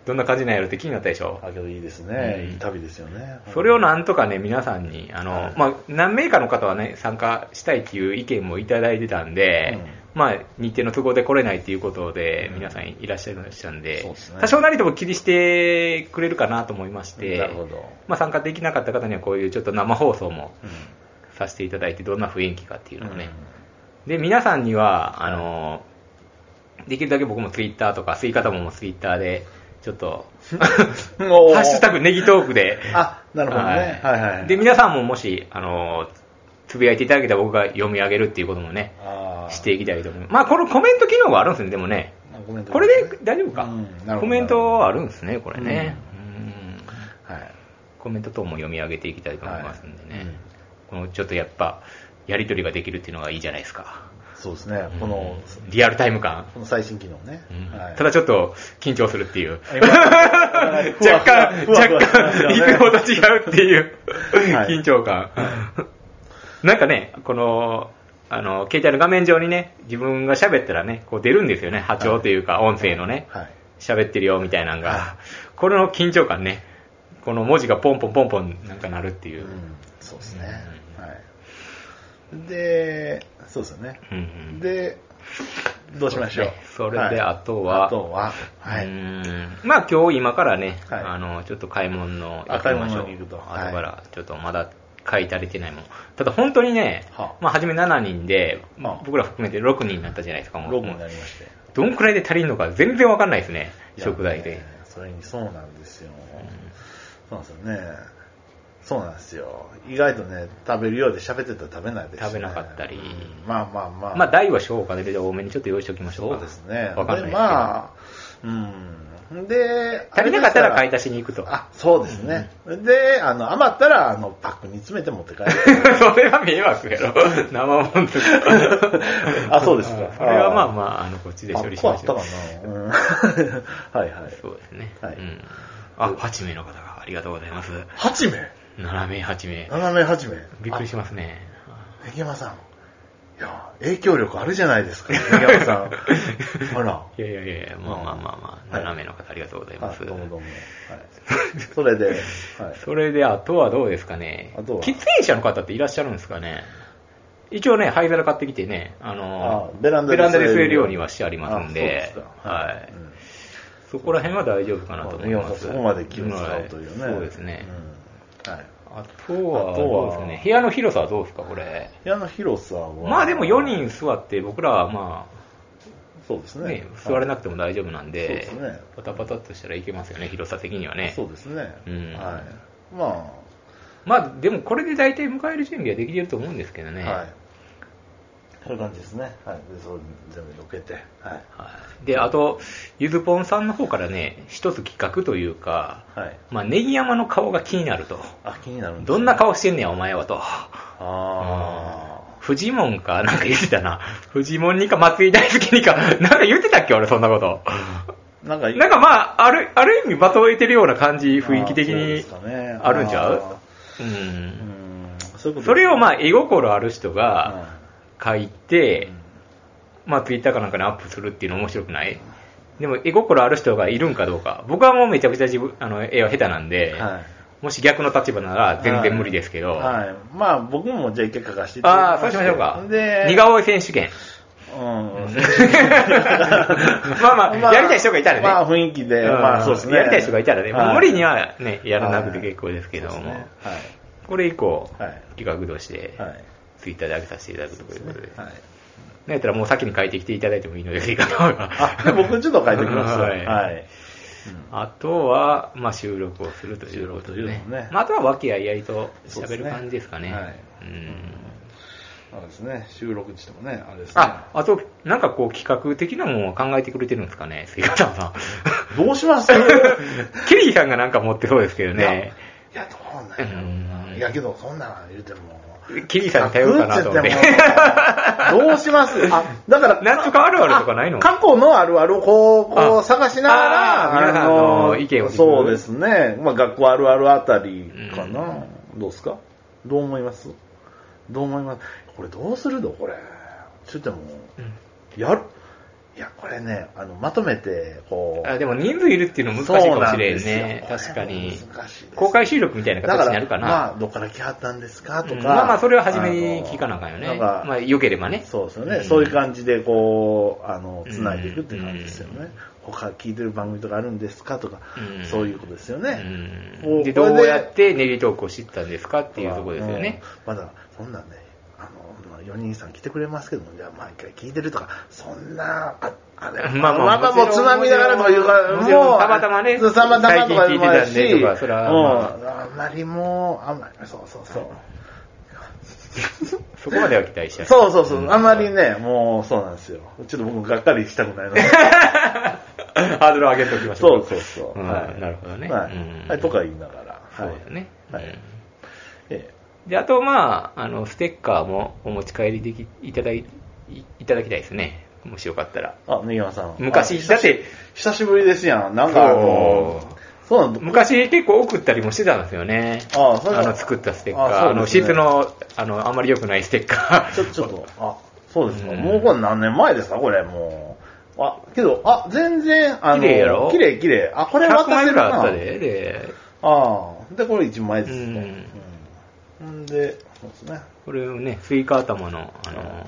[SPEAKER 1] どんな感じなんやろって気になったでしょ
[SPEAKER 2] だけどいいですね。
[SPEAKER 1] うん
[SPEAKER 2] いい旅ですよね。
[SPEAKER 1] それをなんとかね、皆さんに、あの、
[SPEAKER 2] はい
[SPEAKER 1] まあ、何名かの方はね、参加したいっていう意見もいただいてたんで、まあ、日程の都合で来れないっていうことで
[SPEAKER 2] う、ん
[SPEAKER 1] 皆さんいらっしゃいましたんで、
[SPEAKER 2] そうですね
[SPEAKER 1] 多少なりとも気にしてくれるかなと思いまして、
[SPEAKER 2] なるほど。
[SPEAKER 1] まあ、参加できなかった方にはこういうちょっと生放送も
[SPEAKER 2] うん
[SPEAKER 1] させていただいて、どんな雰囲気かっていうのをね、で、皆さんには、あの、できるだけ僕もツイッターとか、スイカタモもツイッターで、ちょっ
[SPEAKER 2] (laughs)
[SPEAKER 1] と、
[SPEAKER 2] うんおー
[SPEAKER 1] ハッシュタグネギトークで、
[SPEAKER 2] あ、なるほどね。はいはいはい。
[SPEAKER 1] で、皆さんももし、あの、つぶやいていただけたら僕が読み上げるっていうこともね、
[SPEAKER 2] あー
[SPEAKER 1] していきたいと思います。まあ、このコメント機能があるんですね、でもね。
[SPEAKER 2] あごめんなさい
[SPEAKER 1] これで大丈夫か、
[SPEAKER 2] うんなるほど
[SPEAKER 1] コメントあるんですね、これね。うん
[SPEAKER 2] はい。
[SPEAKER 1] コメント等も読み上げていきたいと思いますんでね。
[SPEAKER 2] はいうん
[SPEAKER 1] このちょっとやっぱ、やりとりができるっていうのがいいじゃないですか。
[SPEAKER 2] そうですね。この、
[SPEAKER 1] リアルタイム感。
[SPEAKER 2] この最新機能ね。
[SPEAKER 1] うん
[SPEAKER 2] はい
[SPEAKER 1] ただちょっと緊張するっていう。
[SPEAKER 2] 今
[SPEAKER 1] (laughs) 若干、
[SPEAKER 2] ふわふ
[SPEAKER 1] 若
[SPEAKER 2] わふわふわ
[SPEAKER 1] 干、いつもと違うっていう、
[SPEAKER 2] はい
[SPEAKER 1] 緊張感。なんかね、この、あの、携帯の画面上にね、自分が喋ったらね、こう出るんですよね、波長というか、音声のね、
[SPEAKER 2] はい。
[SPEAKER 1] 喋ってるよみたいなの
[SPEAKER 2] は
[SPEAKER 1] が、これの緊張感ね、この文字がポンポンポンポンなんか鳴るっていう
[SPEAKER 2] う。ん、そうですね。はい。で、そうですよね。
[SPEAKER 1] うんうん
[SPEAKER 2] で、どうしましょう。
[SPEAKER 1] そうですねそれで
[SPEAKER 2] はい
[SPEAKER 1] あとは
[SPEAKER 2] あとは、は
[SPEAKER 1] う
[SPEAKER 2] い。
[SPEAKER 1] んまあ今日今からね、
[SPEAKER 2] はい
[SPEAKER 1] あの、ちょっと買い物の
[SPEAKER 2] あ買い物に行くと
[SPEAKER 1] 後
[SPEAKER 2] はい
[SPEAKER 1] から、ちょっとまだ買い足りてないもん。ただ本当にね、
[SPEAKER 2] はあ
[SPEAKER 1] まあ初め7人で、
[SPEAKER 2] はあ
[SPEAKER 1] 僕ら含めて6人になったじゃないですか、もう
[SPEAKER 2] ロゴになりまして。
[SPEAKER 1] どんくらいで足りんのか全然わかんないですね、
[SPEAKER 2] いや
[SPEAKER 1] 食材
[SPEAKER 2] ね
[SPEAKER 1] で。
[SPEAKER 2] それにそうなんですよ。そうなんですよね。そうなんですよ。意外とね、食べるようで喋ってたら食べないです、ね。
[SPEAKER 1] 食べなかったり
[SPEAKER 2] うんまあまあまあ。
[SPEAKER 1] まあ大は小を兼ねて多めにちょっと用意しておきましょう
[SPEAKER 2] そう
[SPEAKER 1] か。
[SPEAKER 2] ですね。
[SPEAKER 1] わかんないですけど
[SPEAKER 2] で、まあ、うん。で、
[SPEAKER 1] 足りなかったら買い足しに行くと。
[SPEAKER 2] あ、そうですね。で、あの、余ったら、あの、パックに詰めて持って帰る。
[SPEAKER 1] (laughs) それは迷惑やろ。生もんとか。
[SPEAKER 2] (laughs) あ、そうです
[SPEAKER 1] (laughs)
[SPEAKER 2] か。
[SPEAKER 1] それはまあまあ、あの、こっちで
[SPEAKER 2] あ、
[SPEAKER 1] 処
[SPEAKER 2] パ
[SPEAKER 1] 理
[SPEAKER 2] ッ
[SPEAKER 1] し
[SPEAKER 2] クあ
[SPEAKER 1] ま
[SPEAKER 2] っ
[SPEAKER 1] したょう
[SPEAKER 2] か。な。
[SPEAKER 1] (laughs)
[SPEAKER 2] うんはいはい。
[SPEAKER 1] そうですね。
[SPEAKER 2] はい
[SPEAKER 1] うん。あ、8名の方がありがとうございます。
[SPEAKER 2] 8名
[SPEAKER 1] 7名、8名。
[SPEAKER 2] 斜め8名。
[SPEAKER 1] びっくりしますね。
[SPEAKER 2] ネギヤマさん。いや、影響力あるじゃないですか、ネギヤ
[SPEAKER 1] (laughs)
[SPEAKER 2] マさん。あら。
[SPEAKER 1] いやいやいやいや、まあまあまあまあ、
[SPEAKER 2] はい
[SPEAKER 1] 7名の方ありがとうございま
[SPEAKER 2] あ
[SPEAKER 1] す。
[SPEAKER 2] どうもどうも。は
[SPEAKER 1] (laughs)
[SPEAKER 2] い、それで、はい。
[SPEAKER 1] それで、あとはどうですかね。
[SPEAKER 2] あとは
[SPEAKER 1] 喫煙者の方っていらっしゃるんですかね。一応ね、灰皿買ってきてね、あの、
[SPEAKER 2] あベランダで
[SPEAKER 1] で吸えるようにはしてありますん
[SPEAKER 2] あ
[SPEAKER 1] で
[SPEAKER 2] そうです、かは
[SPEAKER 1] はい。
[SPEAKER 2] うん
[SPEAKER 1] そこら辺は大丈夫かなと思います。
[SPEAKER 2] そこまで気を使うというね。
[SPEAKER 1] はいそうですね。
[SPEAKER 2] うん。はい。
[SPEAKER 1] あとは、
[SPEAKER 2] あと
[SPEAKER 1] どう
[SPEAKER 2] は
[SPEAKER 1] ですかね。部屋の広さはどうですか、これ。
[SPEAKER 2] 部屋の広さは。
[SPEAKER 1] まあでも4人座って、僕らはま
[SPEAKER 2] そうです
[SPEAKER 1] あ、
[SPEAKER 2] ね
[SPEAKER 1] ね、。座れ
[SPEAKER 2] な
[SPEAKER 1] なくても大丈夫なん
[SPEAKER 2] そうで
[SPEAKER 1] で、
[SPEAKER 2] すね
[SPEAKER 1] パタパタっとしたらいけますよね、広さ的にはね。
[SPEAKER 2] そうですね。
[SPEAKER 1] うん
[SPEAKER 2] はい。ま
[SPEAKER 1] まあでもこれで大体迎える準備はできてると思うんですけど
[SPEAKER 2] あ、
[SPEAKER 1] ね。
[SPEAKER 2] はい。そういう感じですね。はい。で、そう全部どけて。はい。
[SPEAKER 1] はいで、あと、ゆずぽんさんの方からね、一つ企画というか、
[SPEAKER 2] はい。
[SPEAKER 1] まあ、ネギ山の顔が気になると。
[SPEAKER 2] あ、気になる
[SPEAKER 1] どんな顔してんねや、お前はと。
[SPEAKER 2] あ
[SPEAKER 1] フジモンか、なんか言ってたな。フジモンにか、松井大輔にか、なんか言ってたっけ、俺、そんなこと。
[SPEAKER 2] あ。なんか、
[SPEAKER 1] なんかまあ、ある、ある意味、まとえてるような感じ、雰囲気的に
[SPEAKER 2] あーそうですかね
[SPEAKER 1] あるんちゃう
[SPEAKER 2] あ
[SPEAKER 1] う
[SPEAKER 2] ー
[SPEAKER 1] ん。
[SPEAKER 2] うん。そういうこと
[SPEAKER 1] それをま
[SPEAKER 2] あ、
[SPEAKER 1] あ、絵心ある人
[SPEAKER 2] うん
[SPEAKER 1] が書いて、まあ、ツイッターかなんかにアップするっていうの面白くないでも、絵心ある人がいるんかどうか。僕はもうめちゃくちゃ自分、あの、絵は下手なんで、
[SPEAKER 2] はい。
[SPEAKER 1] もし逆の立場なら全然無理ですけど、
[SPEAKER 2] はい。まあ、僕もじゃあ一回書かせていただ
[SPEAKER 1] ああ、
[SPEAKER 2] き
[SPEAKER 1] そう
[SPEAKER 2] ま
[SPEAKER 1] し
[SPEAKER 2] して
[SPEAKER 1] ましょうか。
[SPEAKER 2] で、
[SPEAKER 1] 似顔絵選手
[SPEAKER 2] (laughs)
[SPEAKER 1] 権。
[SPEAKER 2] うん。
[SPEAKER 1] まあまあ、やりたい人がいたらね。
[SPEAKER 2] まあ雰囲気で、
[SPEAKER 1] うん
[SPEAKER 2] まあそうですね。
[SPEAKER 1] やりたい人がいたらね、
[SPEAKER 2] はい
[SPEAKER 1] 無理にはね、やらなくて結構ですけど
[SPEAKER 2] そう
[SPEAKER 1] も、
[SPEAKER 2] ですねはい。
[SPEAKER 1] これ以降、
[SPEAKER 2] はい
[SPEAKER 1] 企画として、
[SPEAKER 2] はい。
[SPEAKER 1] ツイッターで上げさせていただくということで、
[SPEAKER 2] はい。
[SPEAKER 1] なんやったらもう先に書いてきていただいてもいいので、いいか
[SPEAKER 2] あ、
[SPEAKER 1] な。
[SPEAKER 2] で僕ちょっと書いておきます。
[SPEAKER 1] は
[SPEAKER 2] はいい。
[SPEAKER 1] あとは、まあ、収録をするということで、
[SPEAKER 2] 収録というのもね
[SPEAKER 1] まあ、あとは和気あいあいと
[SPEAKER 2] そうで
[SPEAKER 1] 喋
[SPEAKER 2] す
[SPEAKER 1] る
[SPEAKER 2] ね
[SPEAKER 1] 感じですかね。
[SPEAKER 2] はい
[SPEAKER 1] うん
[SPEAKER 2] そうですね。収録時ともね、あれですね。 (laughs)
[SPEAKER 1] あ、あと、なんかこう企画的なものを考えてくれてるんですかね、杉田さん。
[SPEAKER 2] どうします
[SPEAKER 1] ケリーさんがなんか持ってそうですけどね。
[SPEAKER 2] いや、どうなんやろう
[SPEAKER 1] う
[SPEAKER 2] な。
[SPEAKER 1] ん
[SPEAKER 2] いや、けど、そんなん言うても。
[SPEAKER 1] ケリーさんに頼るかなと思って。
[SPEAKER 2] あ食うって言ってもどうしますあ、だから、
[SPEAKER 1] なんとかあるあるとかないの
[SPEAKER 2] 過去のあるあるをこう、こう
[SPEAKER 1] あ
[SPEAKER 2] 探しなが
[SPEAKER 1] あ
[SPEAKER 2] ら、
[SPEAKER 1] ー皆さんの意見を聞く
[SPEAKER 2] そうですね。まあ、学校あるあるあたりかな。どうですかどう思いますどう思いますこれどうするのこれ。ちょっともう、やるいや、これね、あの、まとめて、こう。
[SPEAKER 1] あでも人数いるっていうの難しいかもしれんね。確かに。公開収録みたいな
[SPEAKER 2] だか
[SPEAKER 1] 形にな
[SPEAKER 2] ら、
[SPEAKER 1] るかな。
[SPEAKER 2] まあ、どっから来はったんですか
[SPEAKER 1] う
[SPEAKER 2] とか、
[SPEAKER 1] んまあまあ、それは初めに聞かなあかんよ
[SPEAKER 2] あの
[SPEAKER 1] ね。
[SPEAKER 2] なんか
[SPEAKER 1] まあ、良ければね。
[SPEAKER 2] そうですよ
[SPEAKER 1] う
[SPEAKER 2] ね。
[SPEAKER 1] ん
[SPEAKER 2] そういう感じで、こう、あの、繋いでいくっていう感じですよ
[SPEAKER 1] う
[SPEAKER 2] ね。他聞いてる番組とかあるんですかとか
[SPEAKER 1] う、ん
[SPEAKER 2] そういうことですよ
[SPEAKER 1] う
[SPEAKER 2] ね。
[SPEAKER 1] ん
[SPEAKER 2] お
[SPEAKER 1] で、
[SPEAKER 2] これ
[SPEAKER 1] ど
[SPEAKER 2] で
[SPEAKER 1] うやって練りトークを知ったんですかっていうところですよね。
[SPEAKER 2] うん。まだ、そんなんね、あの、まあ4人さん来てくれますけども、じゃあ毎回聞いてるとか、そんな、ああれ、
[SPEAKER 1] まあまあ
[SPEAKER 2] またもう
[SPEAKER 1] もち
[SPEAKER 2] つ
[SPEAKER 1] ろん
[SPEAKER 2] まみながらとかいうか、
[SPEAKER 1] もちろん
[SPEAKER 2] もう
[SPEAKER 1] たまたまね
[SPEAKER 2] そうたまたまとかでもあるし、
[SPEAKER 1] 最近聞いてたんでとかそれは
[SPEAKER 2] うんあんまりもう、あんまり、そうそうそう。
[SPEAKER 1] そこまでは期待しちゃう。
[SPEAKER 2] そうそうそう、
[SPEAKER 1] ん
[SPEAKER 2] あんまり。ね、もうそうなんですよ。ちょっと僕がっかりしたくないの
[SPEAKER 1] (laughs)
[SPEAKER 2] で。
[SPEAKER 1] ハードルを上げておきま (laughs) しょ。
[SPEAKER 2] そううそうそう。
[SPEAKER 1] うんなるほどね
[SPEAKER 2] は
[SPEAKER 1] うん
[SPEAKER 2] い。はいとか言いながら。
[SPEAKER 1] そ
[SPEAKER 2] は
[SPEAKER 1] う
[SPEAKER 2] い
[SPEAKER 1] ですね。
[SPEAKER 2] はい
[SPEAKER 1] うん
[SPEAKER 2] え
[SPEAKER 1] で、あと、まあ、あの、ステッカーもお持ち帰りでき、いただい、いいただきたいですね。もしよかったら。
[SPEAKER 2] えあ、ネギワさん。
[SPEAKER 1] 昔
[SPEAKER 2] あ久し
[SPEAKER 1] だって
[SPEAKER 2] 久しぶりですやん。なんかあの、そうなんだ。
[SPEAKER 1] 昔結構送ったりもしてたんですよね。
[SPEAKER 2] ああそれは
[SPEAKER 1] の、作ったステッカー。
[SPEAKER 2] あ
[SPEAKER 1] あ,、
[SPEAKER 2] そう
[SPEAKER 1] の、
[SPEAKER 2] ですね
[SPEAKER 1] 質の、あの、あまり良くないステッカー。
[SPEAKER 2] ちょ、ちょっと、あ、そうですか。
[SPEAKER 1] うん
[SPEAKER 2] もうこれ何年前ですか、これ、もう。あ、けど、あ、全然、あの、
[SPEAKER 1] 綺麗やろ
[SPEAKER 2] 綺麗、綺麗。あ、これ
[SPEAKER 1] 100
[SPEAKER 2] 渡
[SPEAKER 1] 枚ぐ
[SPEAKER 2] せ
[SPEAKER 1] (laughs)
[SPEAKER 2] る
[SPEAKER 1] らいあ
[SPEAKER 2] な。
[SPEAKER 1] ったで。で、
[SPEAKER 2] ああ。で、これ1枚です
[SPEAKER 1] うん
[SPEAKER 2] ね。うん。んで、そうですね。
[SPEAKER 1] これをね、スイカ頭の、あのー
[SPEAKER 2] うん。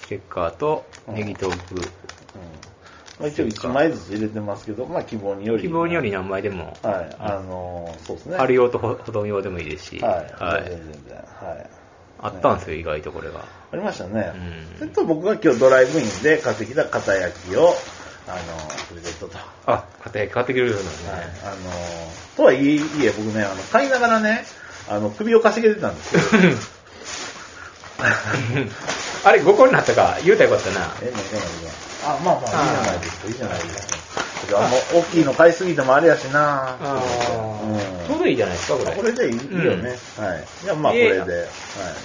[SPEAKER 1] ステッカーと、ネギトーク、
[SPEAKER 2] うんまあ、一応1枚ずつ入れてますけど、まあ、希望により。
[SPEAKER 1] 希望により何枚でも、
[SPEAKER 2] はい、あのーそうですね。
[SPEAKER 1] ある用とほ保存用でもいいですし、
[SPEAKER 2] はい。全
[SPEAKER 1] い
[SPEAKER 2] 然全然。はい。
[SPEAKER 1] あったんですよ、意外とこれが。
[SPEAKER 2] ありましたね。
[SPEAKER 1] うん
[SPEAKER 2] それと僕が今日ドライブインで買ってきた肩焼きを、あのープレゼントと。はい。
[SPEAKER 1] あ、肩焼き買ってくれるんだね。
[SPEAKER 2] あのーとはいえ、いえ僕ね、あの、買いながらね、あの、首をかしげてたんですよ。
[SPEAKER 1] (laughs)
[SPEAKER 2] (laughs)
[SPEAKER 1] あれ、5個になったか、言うたらよかったな。
[SPEAKER 2] え、なんかなんかあ、まあまあ、いいじゃないですか、いいじゃないですか。けどあんま大きいの買いすぎてもあれやしな
[SPEAKER 1] あ
[SPEAKER 2] うん
[SPEAKER 1] ーちょうどいいじゃないですか、これ。
[SPEAKER 2] これでいい
[SPEAKER 1] うん
[SPEAKER 2] よね。はい。じゃあまあこ
[SPEAKER 1] で
[SPEAKER 2] れで。はい。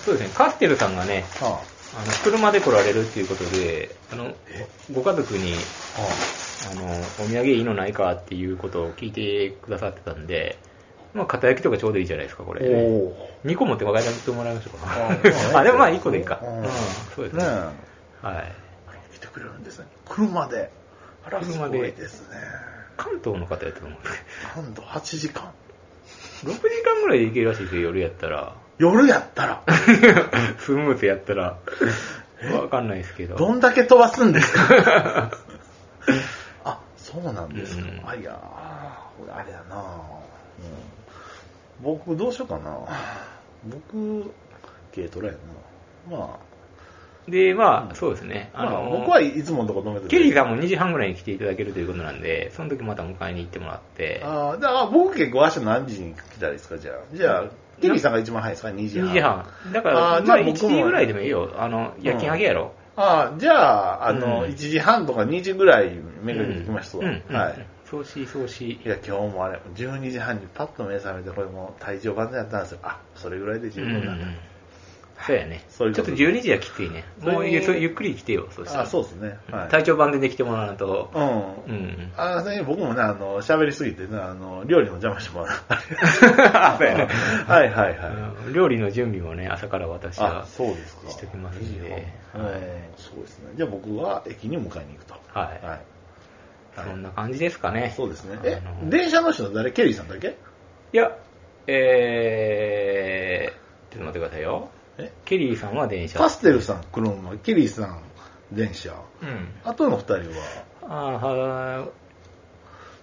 [SPEAKER 1] そうですね、カステルさんがね、
[SPEAKER 2] はあ
[SPEAKER 1] あの車で来られるっていうことで、あの
[SPEAKER 2] え
[SPEAKER 1] ご家族に
[SPEAKER 2] は
[SPEAKER 1] あのお土産いいのないかっていうことを聞いてくださってたんで、まあ、肩焼きとかちょうどいいじゃないですか、こ
[SPEAKER 2] あ
[SPEAKER 1] れ、ね。
[SPEAKER 2] お
[SPEAKER 1] 2個持って分かりてもらいましょう
[SPEAKER 2] あ
[SPEAKER 1] か
[SPEAKER 2] まあね。
[SPEAKER 1] (laughs) あ、でもまあ1個でいいか。
[SPEAKER 2] うん
[SPEAKER 1] うんそうです
[SPEAKER 2] ね
[SPEAKER 1] ね。
[SPEAKER 2] え
[SPEAKER 1] はい。
[SPEAKER 2] 来てくれるんですね。車で。あら、す
[SPEAKER 1] 車
[SPEAKER 2] ご
[SPEAKER 1] で
[SPEAKER 2] いですね。
[SPEAKER 1] 関東の方やったと思う。
[SPEAKER 2] なんと8時間。
[SPEAKER 1] 6時間ぐらいで行けるらしいですよ、夜やった
[SPEAKER 2] (laughs)
[SPEAKER 1] ら。
[SPEAKER 2] 夜やっ
[SPEAKER 1] (laughs)
[SPEAKER 2] たら、
[SPEAKER 1] スムーズやったら。わかんないですけど。
[SPEAKER 2] どんだけ飛ばすんですか
[SPEAKER 1] (laughs)
[SPEAKER 2] あ、そうなんですか。
[SPEAKER 1] うん
[SPEAKER 2] あ、いやー、俺あれやな、うん、僕、どうしようかな。僕、軽トラやな。ま
[SPEAKER 1] で、まあ、そうですね。
[SPEAKER 2] あ、
[SPEAKER 1] あ
[SPEAKER 2] まあ、
[SPEAKER 1] の、
[SPEAKER 2] 僕はいつものとこ止めて
[SPEAKER 1] ケリーさんも2時半ぐらいに来ていただけるということなんで、その時また迎えに行ってもらって、
[SPEAKER 2] あーだから僕結構朝何時に来たらいいですかじゃあ。じゃあ、ケリーさんが一番早いですか ?2 時半。
[SPEAKER 1] 2時半。だから、
[SPEAKER 2] あー
[SPEAKER 1] まあ
[SPEAKER 2] じゃあ
[SPEAKER 1] 1
[SPEAKER 2] 僕も
[SPEAKER 1] 時ぐらいでもいいよ。あの、夜勤あげやろ。
[SPEAKER 2] ああ、じゃあ、あの、
[SPEAKER 1] うん
[SPEAKER 2] 1時半とか2時ぐらい目がけてきましたわ、
[SPEAKER 1] うん。うん
[SPEAKER 2] はい。。
[SPEAKER 1] そうし、そうし
[SPEAKER 2] い。や、今日もあれ、12時半にパッと目覚めて、これもう体調万全やったんですよ。あ、それぐらいで
[SPEAKER 1] う
[SPEAKER 2] 十
[SPEAKER 1] ん
[SPEAKER 2] 分だ、
[SPEAKER 1] うんそうやね。ち
[SPEAKER 2] そう
[SPEAKER 1] ょっ
[SPEAKER 2] いう
[SPEAKER 1] と
[SPEAKER 2] ことで
[SPEAKER 1] 12時はきついね。も
[SPEAKER 2] そうれに
[SPEAKER 1] ゆっゆっくり来てよ、そしたら。
[SPEAKER 2] あ、そうですね。はい。
[SPEAKER 1] 体調万全で来てもらわんと。
[SPEAKER 2] う。
[SPEAKER 1] うん
[SPEAKER 2] (laughs)
[SPEAKER 1] ん。
[SPEAKER 2] あ、それに僕もね、あの、喋りすぎてね、あの、料理の邪魔して
[SPEAKER 1] (laughs)
[SPEAKER 2] もらう。
[SPEAKER 1] あそうやね
[SPEAKER 2] はいはいはい。
[SPEAKER 1] うん料理の準備もね、朝から私
[SPEAKER 2] あ
[SPEAKER 1] は、。
[SPEAKER 2] そうですか。
[SPEAKER 1] してきますんで
[SPEAKER 2] いいよはい。そうですね。じゃあ僕は駅に迎えに行くと。
[SPEAKER 1] はい
[SPEAKER 2] はい。
[SPEAKER 1] そんな感じですかね。
[SPEAKER 2] そうですね。
[SPEAKER 1] あ
[SPEAKER 2] え
[SPEAKER 1] の、
[SPEAKER 2] 電車の人誰ケリーさんだけ
[SPEAKER 1] いや、えー、ちょっと待ってくださいよ。
[SPEAKER 2] え
[SPEAKER 1] ケリーさんは電車。
[SPEAKER 2] パステルさん、車、ケリーさん、電車。
[SPEAKER 1] うん。
[SPEAKER 2] あとの二人は、
[SPEAKER 1] あーは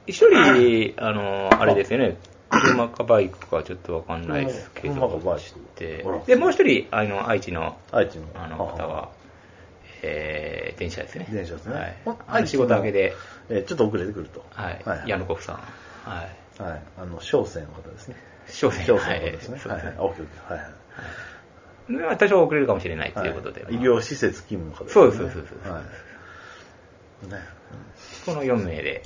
[SPEAKER 1] ー一人、あの、あれですよね。車かバイクかちょっとわかんないですけど。
[SPEAKER 2] 車かバイク
[SPEAKER 1] で
[SPEAKER 2] ほら、
[SPEAKER 1] でもう一人、あの、愛知の、
[SPEAKER 2] 愛知の
[SPEAKER 1] あの方
[SPEAKER 2] ああ
[SPEAKER 1] は、えー、電車ですね。
[SPEAKER 2] 電車ですね
[SPEAKER 1] はい
[SPEAKER 2] ほん。
[SPEAKER 1] あの
[SPEAKER 2] 愛知
[SPEAKER 1] 仕
[SPEAKER 2] の
[SPEAKER 1] 事明けで、
[SPEAKER 2] えーちょっと遅れてくると。
[SPEAKER 1] はい
[SPEAKER 2] は。い。
[SPEAKER 1] ヤヌコフさん。はい。
[SPEAKER 2] はい。あの、商船の方ですね。
[SPEAKER 1] 商船
[SPEAKER 2] 商船の方ですね。
[SPEAKER 1] は
[SPEAKER 2] はいい。
[SPEAKER 1] そう
[SPEAKER 2] はい。
[SPEAKER 1] で
[SPEAKER 2] あオッケーオッケーはいはい。
[SPEAKER 1] すねまあ多少遅れるかもしれないということで。
[SPEAKER 2] は医療施設勤務の方
[SPEAKER 1] そうですそうですそうです
[SPEAKER 2] はい。ね。
[SPEAKER 1] この4名で。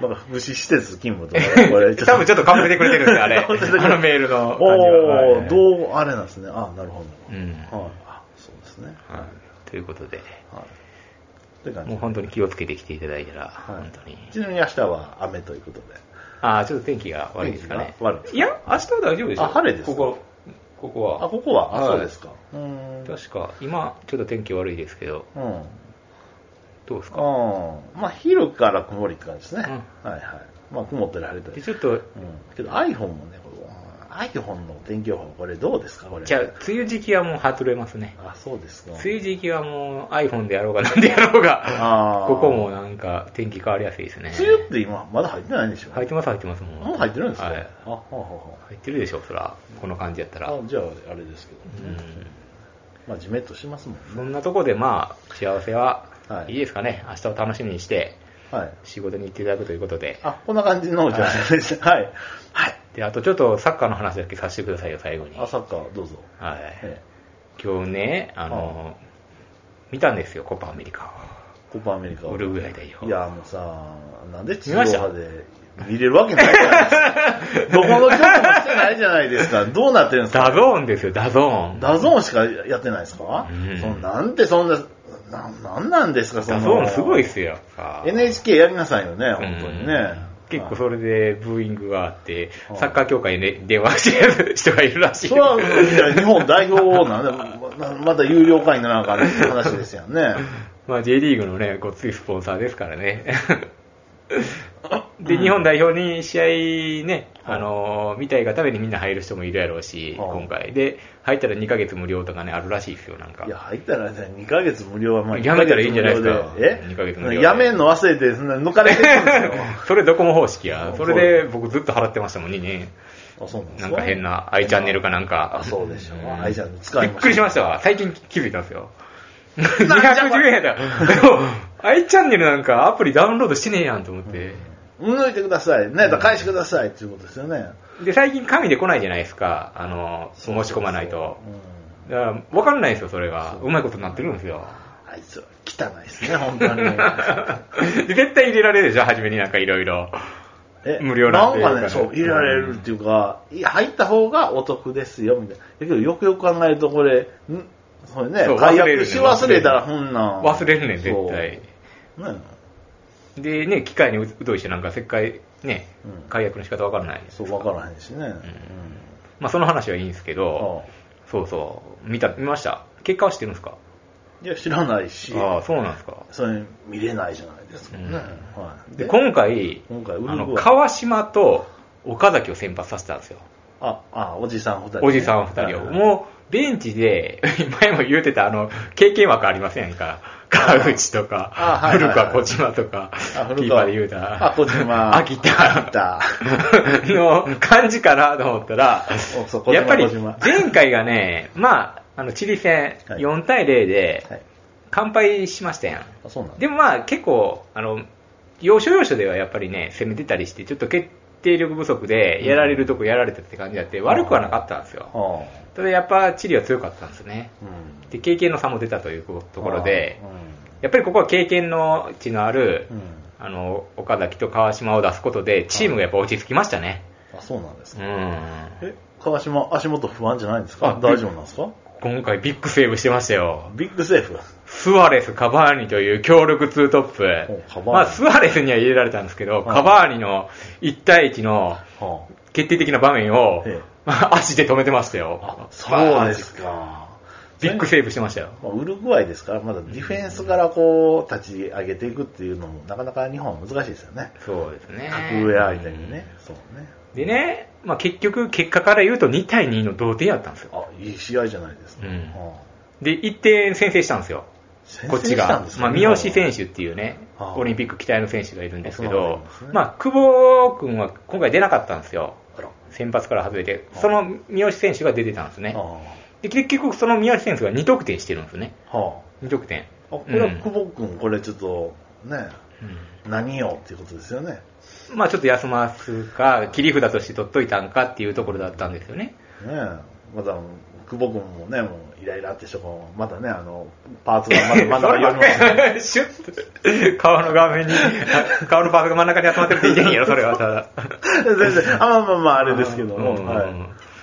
[SPEAKER 2] なんか福祉施設勤務とか、こ
[SPEAKER 1] (laughs)
[SPEAKER 2] れ、
[SPEAKER 1] 多分ちょっとかぶせてくれてるんですよ、あ
[SPEAKER 2] (laughs)
[SPEAKER 1] れ。
[SPEAKER 2] 被せてくれ
[SPEAKER 1] あのメールの感じは。
[SPEAKER 2] お
[SPEAKER 1] は
[SPEAKER 2] ー、
[SPEAKER 1] い
[SPEAKER 2] どう、あれなんですね。あ、なるほ
[SPEAKER 1] う
[SPEAKER 2] ど。
[SPEAKER 1] ん。
[SPEAKER 2] はい。あ、そうですね。
[SPEAKER 1] はいということで、
[SPEAKER 2] はい。って感
[SPEAKER 1] もう
[SPEAKER 2] じ。
[SPEAKER 1] 本当に気をつけてきていただいたら、
[SPEAKER 2] はい
[SPEAKER 1] 本当に。
[SPEAKER 2] ちなみに明日は雨ということで。
[SPEAKER 1] ああ、ちょっと天気が悪いですかね
[SPEAKER 2] 天気。が悪いですか
[SPEAKER 1] いや、明日は大丈夫でしょ。
[SPEAKER 2] あ晴れです
[SPEAKER 1] ここ、ここ
[SPEAKER 2] あ、
[SPEAKER 1] は。
[SPEAKER 2] ここは、あ、
[SPEAKER 1] はい
[SPEAKER 2] そうですか。うーん。
[SPEAKER 1] 確か、今、ちょっと天気悪いですけど、
[SPEAKER 2] うん。うん。
[SPEAKER 1] どうですか
[SPEAKER 2] まあ、昼から曇りって感じですね。
[SPEAKER 1] う
[SPEAKER 2] はいはい。まあ、曇ったり晴れた
[SPEAKER 1] で
[SPEAKER 2] り。
[SPEAKER 1] ちょっと、
[SPEAKER 2] うん。けど iPhone もね、これうん iPhone の天気予報、これどうですかこれ。
[SPEAKER 1] じゃあ、梅雨時期はもう外れますね。
[SPEAKER 2] あ、そうですか。
[SPEAKER 1] 梅雨時期はもう iPhone でやろうが何でやろうが、
[SPEAKER 2] あー
[SPEAKER 1] ここもなんか天気変わりやすいですね。
[SPEAKER 2] 梅雨って今、まだ入ってないんでしょ
[SPEAKER 1] 入ってます、入ってます、もう。
[SPEAKER 2] もう入ってるんですね。
[SPEAKER 1] はい
[SPEAKER 2] あ、はあは
[SPEAKER 1] 入ってるでしょ、そら。この感じやった
[SPEAKER 2] あ
[SPEAKER 1] ら。
[SPEAKER 2] はあ
[SPEAKER 1] う
[SPEAKER 2] あ。じゃあ、あれですけどね。
[SPEAKER 1] ん
[SPEAKER 2] まあ、じめっとしますもんね。
[SPEAKER 1] そんなとこでまあ、幸せは
[SPEAKER 2] はい
[SPEAKER 1] いいですかね。明日を楽しみにして、
[SPEAKER 2] はい。
[SPEAKER 1] 仕事に行っていただくということで。
[SPEAKER 2] あ、こんな感じの、じゃあ、はい。はい。
[SPEAKER 1] で、あとちょっとサッカーの話だけさせてくださいよ、最後に。
[SPEAKER 2] あ、
[SPEAKER 1] はい。
[SPEAKER 2] サッカー、どうぞ。え
[SPEAKER 1] 今日ね、あの、見たんですよ、コパアメリカ
[SPEAKER 2] えコパアメリカ
[SPEAKER 1] を。
[SPEAKER 2] を
[SPEAKER 1] ウルグアイ代表。
[SPEAKER 2] いや、もうさ、なんで地
[SPEAKER 1] 見
[SPEAKER 2] 上
[SPEAKER 1] ました
[SPEAKER 2] 波で見れるわけないじゃない
[SPEAKER 1] (laughs)
[SPEAKER 2] ですか。どこの局もしてないじゃないですか。どうなってるんですか
[SPEAKER 1] ダゾーンですよ、ダゾーン。
[SPEAKER 2] ダゾーンしかやってないですか、
[SPEAKER 1] うん
[SPEAKER 2] そのなんてそんな、ななんなんですか、そ
[SPEAKER 1] ダ
[SPEAKER 2] の。
[SPEAKER 1] ゾーンすごいっすよ。さあ
[SPEAKER 2] NHK やりなさいよね、本当に
[SPEAKER 1] う
[SPEAKER 2] ね
[SPEAKER 1] ん。結構それでブーイングがあって
[SPEAKER 2] は、い
[SPEAKER 1] サッカー協会にね電話してる人がいるらしい。
[SPEAKER 2] それは、いや日本代表をなんで、ままた有料会にならなあかんって話ですよ
[SPEAKER 1] (laughs)
[SPEAKER 2] ね。
[SPEAKER 1] まあ J リーグのね、ごっついスポンサーですから
[SPEAKER 2] (laughs)
[SPEAKER 1] ね。で、日本代表に試合ね、
[SPEAKER 2] はい
[SPEAKER 1] あのー見たいがためにみんな入る人もいるやろうし、
[SPEAKER 2] はい
[SPEAKER 1] 今回。で、入ったら2ヶ月無料とかね、あるらしいですよ、なんか
[SPEAKER 2] いや、。入ったらね、2ヶ月無料はまあ、
[SPEAKER 1] やめたらいいんじゃないですか
[SPEAKER 2] 一ヶ月無料え
[SPEAKER 1] 二ヶ月無料で
[SPEAKER 2] やめんの忘れて、そんな抜かれてるんですよ。
[SPEAKER 1] (laughs) (laughs) それドコモ方式や
[SPEAKER 2] あ。
[SPEAKER 1] それで僕ずっと払ってましたもんね。
[SPEAKER 2] あ、そうなんです
[SPEAKER 1] な
[SPEAKER 2] か
[SPEAKER 1] んか変な i チャンネルかなんか。
[SPEAKER 2] あ、そうでしょ
[SPEAKER 1] ん。
[SPEAKER 2] アイちゃん使
[SPEAKER 1] び
[SPEAKER 2] い
[SPEAKER 1] っ
[SPEAKER 2] ま
[SPEAKER 1] くりし
[SPEAKER 2] し。
[SPEAKER 1] たましたわ。最近気づいたんですよ。210
[SPEAKER 2] なんじゃこれ
[SPEAKER 1] 円だ。でも、i チャンネルなんかアプリダウンロードしてねえやんと思って。
[SPEAKER 2] 抜いてください。ね、だから返してくださいっていうことですよね。
[SPEAKER 1] で、最近紙で来ないじゃないですか。あの、申し込まないと。
[SPEAKER 2] う
[SPEAKER 1] だから、わかんないですよ、それが
[SPEAKER 2] そ。う
[SPEAKER 1] うまいことになってるんですよ。 (laughs)
[SPEAKER 2] んあいつは汚いですね、本当に。
[SPEAKER 1] で絶対入れられるでしょ、初めになんかいろいろ。
[SPEAKER 2] え
[SPEAKER 1] 無料なんていうか
[SPEAKER 2] な
[SPEAKER 1] ね
[SPEAKER 2] んかね、そう、入れられるっていうか、い入った方がお得ですよ、みたいな。だけど、よくよく考えると、これ、んそれね
[SPEAKER 1] そう、
[SPEAKER 2] 解
[SPEAKER 1] 忘れる
[SPEAKER 2] 約
[SPEAKER 1] ね
[SPEAKER 2] し忘れたら、ほんなん。
[SPEAKER 1] 忘れるねん、
[SPEAKER 2] そう
[SPEAKER 1] 絶対。。
[SPEAKER 2] ね
[SPEAKER 1] で、ね、機械に疎い人なんか、せっかい、ね
[SPEAKER 2] うん、
[SPEAKER 1] 解約の仕方わからない。
[SPEAKER 2] そう、わからへんしね。うん
[SPEAKER 1] まあ、その話はいいんですけど、
[SPEAKER 2] ああ
[SPEAKER 1] そうそう、見た、見ました。結果は知ってるんですか
[SPEAKER 2] いや、知らないし、
[SPEAKER 1] ああ、そうなんですか。
[SPEAKER 2] それ見れないじゃないですかね。
[SPEAKER 1] うん
[SPEAKER 2] はい。
[SPEAKER 1] で、今回、
[SPEAKER 2] 今回ウルグア
[SPEAKER 1] あ
[SPEAKER 2] イ
[SPEAKER 1] の、川島と岡崎を先発させたんですよ。
[SPEAKER 2] あ、あ、おじさん二人ね、
[SPEAKER 1] おじさん二人を。
[SPEAKER 2] う、
[SPEAKER 1] もう、ベンチで、 (laughs) 前も言うてた、あの、経験枠ありませんか。川口と
[SPEAKER 2] あ
[SPEAKER 1] か、
[SPEAKER 2] はいはい
[SPEAKER 1] 古
[SPEAKER 2] はい
[SPEAKER 1] 川小島とか、
[SPEAKER 2] あ古川
[SPEAKER 1] キーパーで言うた。
[SPEAKER 2] あ小島
[SPEAKER 1] 秋田。
[SPEAKER 2] 秋田
[SPEAKER 1] (laughs) の感じかなと思ったら
[SPEAKER 2] おそう、小島
[SPEAKER 1] やっぱり
[SPEAKER 2] 小島、
[SPEAKER 1] 前回が
[SPEAKER 2] (laughs)
[SPEAKER 1] ね、まあ、あの、チリ戦、
[SPEAKER 2] はい
[SPEAKER 1] 4対0
[SPEAKER 2] は
[SPEAKER 1] で、
[SPEAKER 2] い。
[SPEAKER 1] 完敗しましたやん。
[SPEAKER 2] あ、そうなんだ
[SPEAKER 1] でもまあ結構、あの、要所要所ではやっぱりね、攻めてたりして、ちょっと決定力不足で、やられるとこやられたって感じだって、悪くはなかったんですよ。
[SPEAKER 2] はあ
[SPEAKER 1] ただやっぱチリは強かったんですね。
[SPEAKER 2] うん
[SPEAKER 1] で、経験の差も出たということころで
[SPEAKER 2] あ、
[SPEAKER 1] やっぱりここは経験の地のある
[SPEAKER 2] あ、うん。うん
[SPEAKER 1] あの、岡崎と川島を出すことで、チームがやっぱ落ち着きましたね。
[SPEAKER 2] あ、そうなんです
[SPEAKER 1] う
[SPEAKER 2] か。
[SPEAKER 1] ん。
[SPEAKER 2] え、川島、足元不安じゃないんですか
[SPEAKER 1] あ
[SPEAKER 2] 大丈夫なんですか
[SPEAKER 1] 今回ビッグセーブしてましたよ。
[SPEAKER 2] ビッグセーフ。
[SPEAKER 1] スアレス、カバーニという強力ツートップ
[SPEAKER 2] おカバー。ニ
[SPEAKER 1] まあ、スアレスには入れられたんですけど、
[SPEAKER 2] はい
[SPEAKER 1] カバーニの1対1の
[SPEAKER 2] は
[SPEAKER 1] 決定的な場面を
[SPEAKER 2] ええ、
[SPEAKER 1] まあ足で止めてました
[SPEAKER 2] あ
[SPEAKER 1] よ。。
[SPEAKER 2] そうですか。
[SPEAKER 1] ビッグセーブしてましたよ。
[SPEAKER 2] まあ、ウルグアイですから、まだディフェンスからこう、立ち上げていくっていうのも、なかなか日本は難しいですよね。
[SPEAKER 1] そうですね。
[SPEAKER 2] 格上相手にね。そうね。
[SPEAKER 1] でね、まあ結局、結果から言うと2対2の同点やったんですよ。
[SPEAKER 2] あ、いい試合じゃないですか。
[SPEAKER 1] うん
[SPEAKER 2] はあ
[SPEAKER 1] で、1点先制したんですよ。
[SPEAKER 2] 先
[SPEAKER 1] こっ
[SPEAKER 2] 制し
[SPEAKER 1] ち
[SPEAKER 2] たん
[SPEAKER 1] が
[SPEAKER 2] で。すか
[SPEAKER 1] まあ、三好選手っていうね、
[SPEAKER 2] ああ
[SPEAKER 1] オリンピック期待の選手がいるんですけ
[SPEAKER 2] そうな
[SPEAKER 1] ど
[SPEAKER 2] んですね、
[SPEAKER 1] まあ、久保君は今回出なかったんですよ。
[SPEAKER 2] あら
[SPEAKER 1] 先発から外れて、その三好選手が出てたんですね。
[SPEAKER 2] あ
[SPEAKER 1] で結局、その三好選手が2得点してるんですね。
[SPEAKER 2] あは
[SPEAKER 1] 2得点。
[SPEAKER 2] あ、あこれは
[SPEAKER 1] うん
[SPEAKER 2] 久保君、これちょっとね、
[SPEAKER 1] うん
[SPEAKER 2] 何よっていうことですよね。
[SPEAKER 1] まあちょっと休ますか、切り札として取っといたんかっていうところだったんですよね。
[SPEAKER 2] ねえまた、久保君もね、もうイライラって人も、まだね、あの、パーツがまだまだありますね。
[SPEAKER 1] シュッと、顔の画面に、顔のバグ真ん中に集まってるっていけんやろ、それはただ。
[SPEAKER 2] 全然、あ、まあまあまあ、あれですけども。
[SPEAKER 1] うん
[SPEAKER 2] はい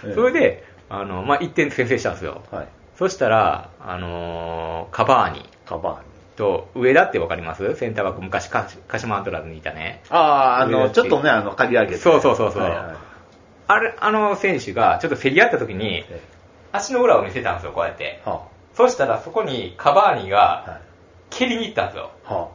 [SPEAKER 2] ええ
[SPEAKER 1] それで、あの、まあ、1点先制したんですよ。
[SPEAKER 2] はい。
[SPEAKER 1] そしたら、あのーカバーニ
[SPEAKER 2] カバーに。
[SPEAKER 1] と、上田ってわかりますセンターバック、昔、カシ鹿島アントラーズにいたね。
[SPEAKER 2] ああ、あ
[SPEAKER 1] 上
[SPEAKER 2] の、
[SPEAKER 1] 田
[SPEAKER 2] ちょっとね、あの、刈り上げて。
[SPEAKER 1] そうそうそうそう
[SPEAKER 2] はいはい
[SPEAKER 1] あれ、あの選手が、ちょっと競り合った時に、
[SPEAKER 2] え
[SPEAKER 1] 足の裏を見せたんですよ、こうやって
[SPEAKER 2] え。は
[SPEAKER 1] そしたら、そこにカバーニ
[SPEAKER 2] あ、
[SPEAKER 1] が、
[SPEAKER 2] はい。
[SPEAKER 1] 蹴りに行ったんですよ。
[SPEAKER 2] は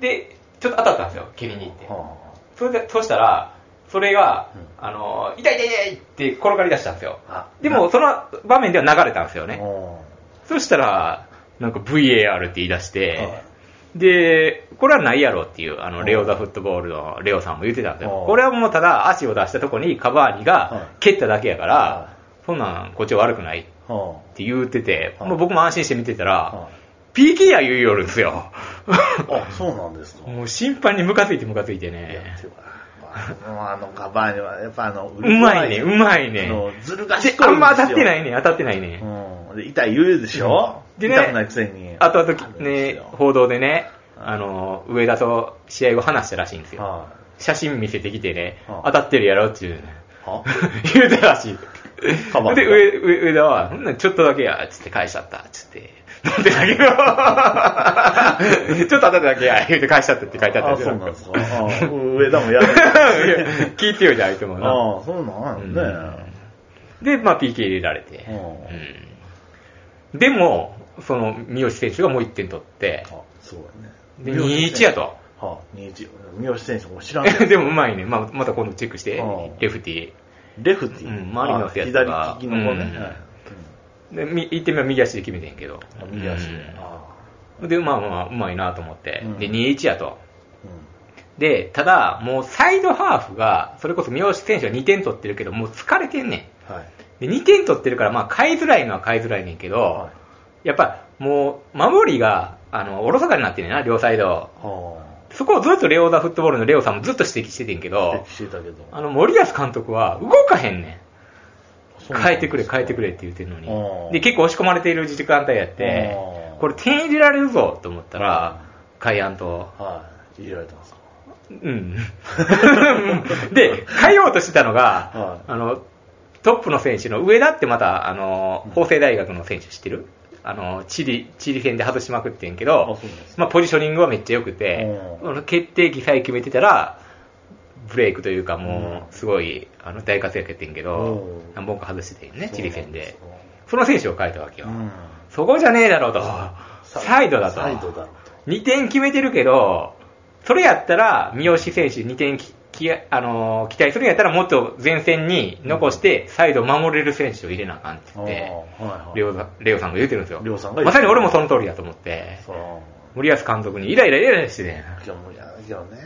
[SPEAKER 1] で、ちょっと当たったんですよ、蹴りに行って
[SPEAKER 2] あ。。は
[SPEAKER 1] それで、そしたら、それが
[SPEAKER 2] うん、
[SPEAKER 1] あの、痛い痛い痛いって転がり出したんですよ。
[SPEAKER 2] あ
[SPEAKER 1] でも、その場面では流れたんですよ
[SPEAKER 2] あ。
[SPEAKER 1] ね。
[SPEAKER 2] お
[SPEAKER 1] そしたら、なんか VAR って言い出して、
[SPEAKER 2] は
[SPEAKER 1] で、これはないやろっていう、あ
[SPEAKER 2] う
[SPEAKER 1] の、
[SPEAKER 2] ん
[SPEAKER 1] レオザフットボールのレオさんも言ってたんです
[SPEAKER 2] う
[SPEAKER 1] よ
[SPEAKER 2] ん。
[SPEAKER 1] これはもうただ足を出したとこにカバーニ
[SPEAKER 2] は
[SPEAKER 1] が
[SPEAKER 2] い
[SPEAKER 1] 蹴っただけやか
[SPEAKER 2] は
[SPEAKER 1] ら、そんなんこっちは悪くないっ
[SPEAKER 2] いは
[SPEAKER 1] て言うてて、
[SPEAKER 2] はい
[SPEAKER 1] もう僕も安心して見てた
[SPEAKER 2] あ。
[SPEAKER 1] ら
[SPEAKER 2] は、
[SPEAKER 1] PK や言うよるんですよ。
[SPEAKER 2] あ。あ、そうなんです
[SPEAKER 1] (laughs)
[SPEAKER 2] か。
[SPEAKER 1] もう審判にムカついてムカついて
[SPEAKER 2] いや
[SPEAKER 1] ね。
[SPEAKER 2] てかまああの、カバーには、やっぱあの、う
[SPEAKER 1] うまいね、うまいね。
[SPEAKER 2] ず
[SPEAKER 1] で
[SPEAKER 2] る賢いんですよ。。
[SPEAKER 1] あんま当たってないいね、当たってないね。
[SPEAKER 2] うん。で、痛い言うでしょ
[SPEAKER 1] でね
[SPEAKER 2] 痛くないくせに。
[SPEAKER 1] あとあと
[SPEAKER 2] るんです
[SPEAKER 1] ね、
[SPEAKER 2] よ
[SPEAKER 1] 報道でね、あの、上田と試合後話したらしいんですよ。
[SPEAKER 2] は
[SPEAKER 1] 写真見せてきてね、
[SPEAKER 2] は
[SPEAKER 1] 当たってるやろっていうね、 (laughs)
[SPEAKER 2] い。は
[SPEAKER 1] 言うたらしい。
[SPEAKER 2] カバー
[SPEAKER 1] で、上上上田は、そんなんちょっとだけや、つって返しちゃった、つって。なんでだけど、ちょっと当た
[SPEAKER 2] (laughs)
[SPEAKER 1] っただけや、言うて返しちゃったって書いてあ
[SPEAKER 2] あ、
[SPEAKER 1] った
[SPEAKER 2] そ
[SPEAKER 1] ん
[SPEAKER 2] う
[SPEAKER 1] です
[SPEAKER 2] なん
[SPEAKER 1] よ。
[SPEAKER 2] ですか。あ
[SPEAKER 1] (laughs)
[SPEAKER 2] 上田もやる。
[SPEAKER 1] いや (laughs) 聞いてよじゃあ相手もな。
[SPEAKER 2] ああ、そうなんね。
[SPEAKER 1] で、まあ PK 入れられて。
[SPEAKER 2] うん
[SPEAKER 1] うんでも、その三好選手がもう1点取って、
[SPEAKER 2] あ、すごいね。
[SPEAKER 1] で2-1や。と。
[SPEAKER 2] はあ、2-1。三好選手も知らんけど。
[SPEAKER 1] (laughs) でもうまいね。まあ、また今度チェックして
[SPEAKER 2] うん、
[SPEAKER 1] レフティ
[SPEAKER 2] レフティ。
[SPEAKER 1] うんマリノスやったから
[SPEAKER 2] あ左利きの子ね。
[SPEAKER 1] うん
[SPEAKER 2] はい
[SPEAKER 1] で、み1点目は右足で決めてんけど
[SPEAKER 2] うん。右足で。
[SPEAKER 1] うん
[SPEAKER 2] あ
[SPEAKER 1] で、まあまあ、うまいなと思って。
[SPEAKER 2] うん
[SPEAKER 1] で、2-1やと。
[SPEAKER 2] あう
[SPEAKER 1] で、ただ、もうサイドハーフが、それこそ三好選手は2点取ってるけど、もう疲れてんね
[SPEAKER 2] ん。はい。
[SPEAKER 1] ん。で、2点取ってるから、まあ、買いづらいのは買いづらいねんけど、
[SPEAKER 2] はい
[SPEAKER 1] やっぱ、もう、守りが、あの、おろそかになってんねんな、両サイド。
[SPEAKER 2] は
[SPEAKER 1] そこをずっとレオザフットボールのレオさんもずっと指摘しててんけ
[SPEAKER 2] あ。
[SPEAKER 1] ど
[SPEAKER 2] 指摘、してたけど。
[SPEAKER 1] あの、森保監督は動かへんねん。変えてくれ、変えてくれって言ってるの
[SPEAKER 2] あ
[SPEAKER 1] に。
[SPEAKER 2] ー
[SPEAKER 1] で、結構押し込まれている時間帯やって
[SPEAKER 2] あー、
[SPEAKER 1] これ点入れられるぞと思ったら、海安と、
[SPEAKER 2] はい。いじられたんですか。
[SPEAKER 1] うん。 (laughs) で、変えようとしてたの
[SPEAKER 2] は
[SPEAKER 1] が
[SPEAKER 2] い、
[SPEAKER 1] あの、トップの選手の上田ってまた、あの、法政大学の選手知ってるあの、チリ、チリ戦で外しまくってんけ
[SPEAKER 2] あ、そう
[SPEAKER 1] ど
[SPEAKER 2] なん、ですか。
[SPEAKER 1] まあ、ポジショニングはめっちゃ良くて
[SPEAKER 2] う、ん
[SPEAKER 1] あの決定機さえ決めてたら、ブレイクというか、もう、すごい、あの、大活躍やってんけど
[SPEAKER 2] う、ん
[SPEAKER 1] 何本か外しててんね、チリ戦で
[SPEAKER 2] そ。うなんす
[SPEAKER 1] その選手を変えたわけ
[SPEAKER 2] よ
[SPEAKER 1] よ
[SPEAKER 2] う。ん。
[SPEAKER 1] そこじゃねえだろうと。サイドだと。
[SPEAKER 2] サイドだと。
[SPEAKER 1] 2点決めてるけど、それやったら、三好選手2点ききあのー期待するんやったら、もっと前線に残して、サイドを守れる選手を入れなあかんって言って、
[SPEAKER 2] ああはいはい
[SPEAKER 1] レオさんレオさんが言うてるんですよ。
[SPEAKER 2] レオさんが言う
[SPEAKER 1] まさに俺もその通りだと思って、
[SPEAKER 2] そう。
[SPEAKER 1] 森保監督にイライライライラして
[SPEAKER 2] (laughs)
[SPEAKER 1] ね。
[SPEAKER 2] いや、もうやだけどね。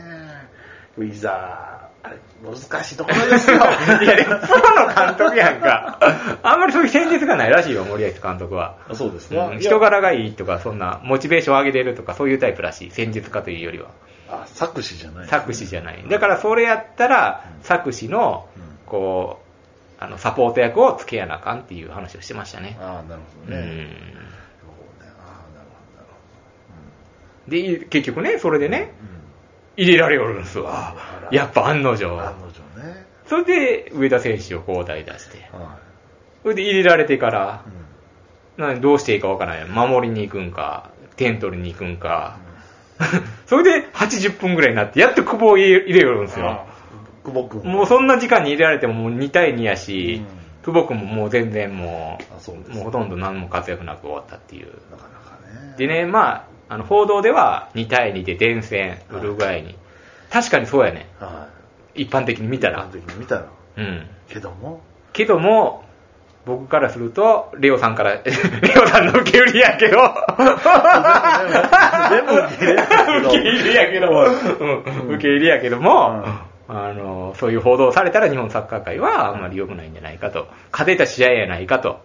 [SPEAKER 2] いざ、あれ、難しいとこ
[SPEAKER 1] (laughs)
[SPEAKER 2] ろですよ。い
[SPEAKER 1] いや、でもプロの監督やんか。あんまりそういう戦術がないらしいよ、森保監督は。
[SPEAKER 2] そうです
[SPEAKER 1] う
[SPEAKER 2] ね
[SPEAKER 1] ん。人柄がいいとか、そんな、モチベーションを上げてるとか、そういうタイプらしい。戦術家というよりは。
[SPEAKER 2] あ、作詞じゃない。
[SPEAKER 1] 作詞じゃない。だからそれやったら、作詞の
[SPEAKER 2] うん、
[SPEAKER 1] こう、あの、サポート役をつけやなあかんっていう話をしてましたね。
[SPEAKER 2] ああ、なるほ
[SPEAKER 1] う
[SPEAKER 2] どね。
[SPEAKER 1] ん。
[SPEAKER 2] そうねああ、なるほど、なる
[SPEAKER 1] で、結局ね、それでね、
[SPEAKER 2] ほど。うん
[SPEAKER 1] 入れられおるんですわ
[SPEAKER 2] あら。
[SPEAKER 1] やっぱ案の
[SPEAKER 2] 案
[SPEAKER 1] 定。
[SPEAKER 2] の定ね。
[SPEAKER 1] それで、上田選手を交代出して。
[SPEAKER 2] は
[SPEAKER 1] それで入れられてから
[SPEAKER 2] い。う、ん
[SPEAKER 1] なんどうしていいかわからない。守りに行くんか、点取りに行くんか。 (laughs) それで80分ぐらいになって、やっと久保を入れ入れよるんですよ。
[SPEAKER 2] 久保君。
[SPEAKER 1] もうそんな時間に入れられてももう2対2やし、
[SPEAKER 2] うん
[SPEAKER 1] 久保君ももう全然も
[SPEAKER 2] あそうで
[SPEAKER 1] う、
[SPEAKER 2] すね
[SPEAKER 1] もうほとんど何も活躍なく終わったっていう。
[SPEAKER 2] なかなかね。
[SPEAKER 1] でね、まあ、あの報道では2対2で伝戦、ウルグアイに。確かにそうやね。
[SPEAKER 2] は
[SPEAKER 1] 一般的に見た
[SPEAKER 2] い。あ
[SPEAKER 1] ら
[SPEAKER 2] の。時見たら。
[SPEAKER 1] うん。
[SPEAKER 2] け
[SPEAKER 1] (laughs)
[SPEAKER 2] ども、
[SPEAKER 1] けども、僕からすると、レオさんから、 (laughs) レオさんの受け売りやけど、
[SPEAKER 2] 全部受け入れたけ
[SPEAKER 1] (laughs)
[SPEAKER 2] ど
[SPEAKER 1] 受け入れやけども、うん受け入れやけども、あの、そういう報道をされたら日本サッカー界はあんまり良くないんじゃないかと、勝てた試合やないかと、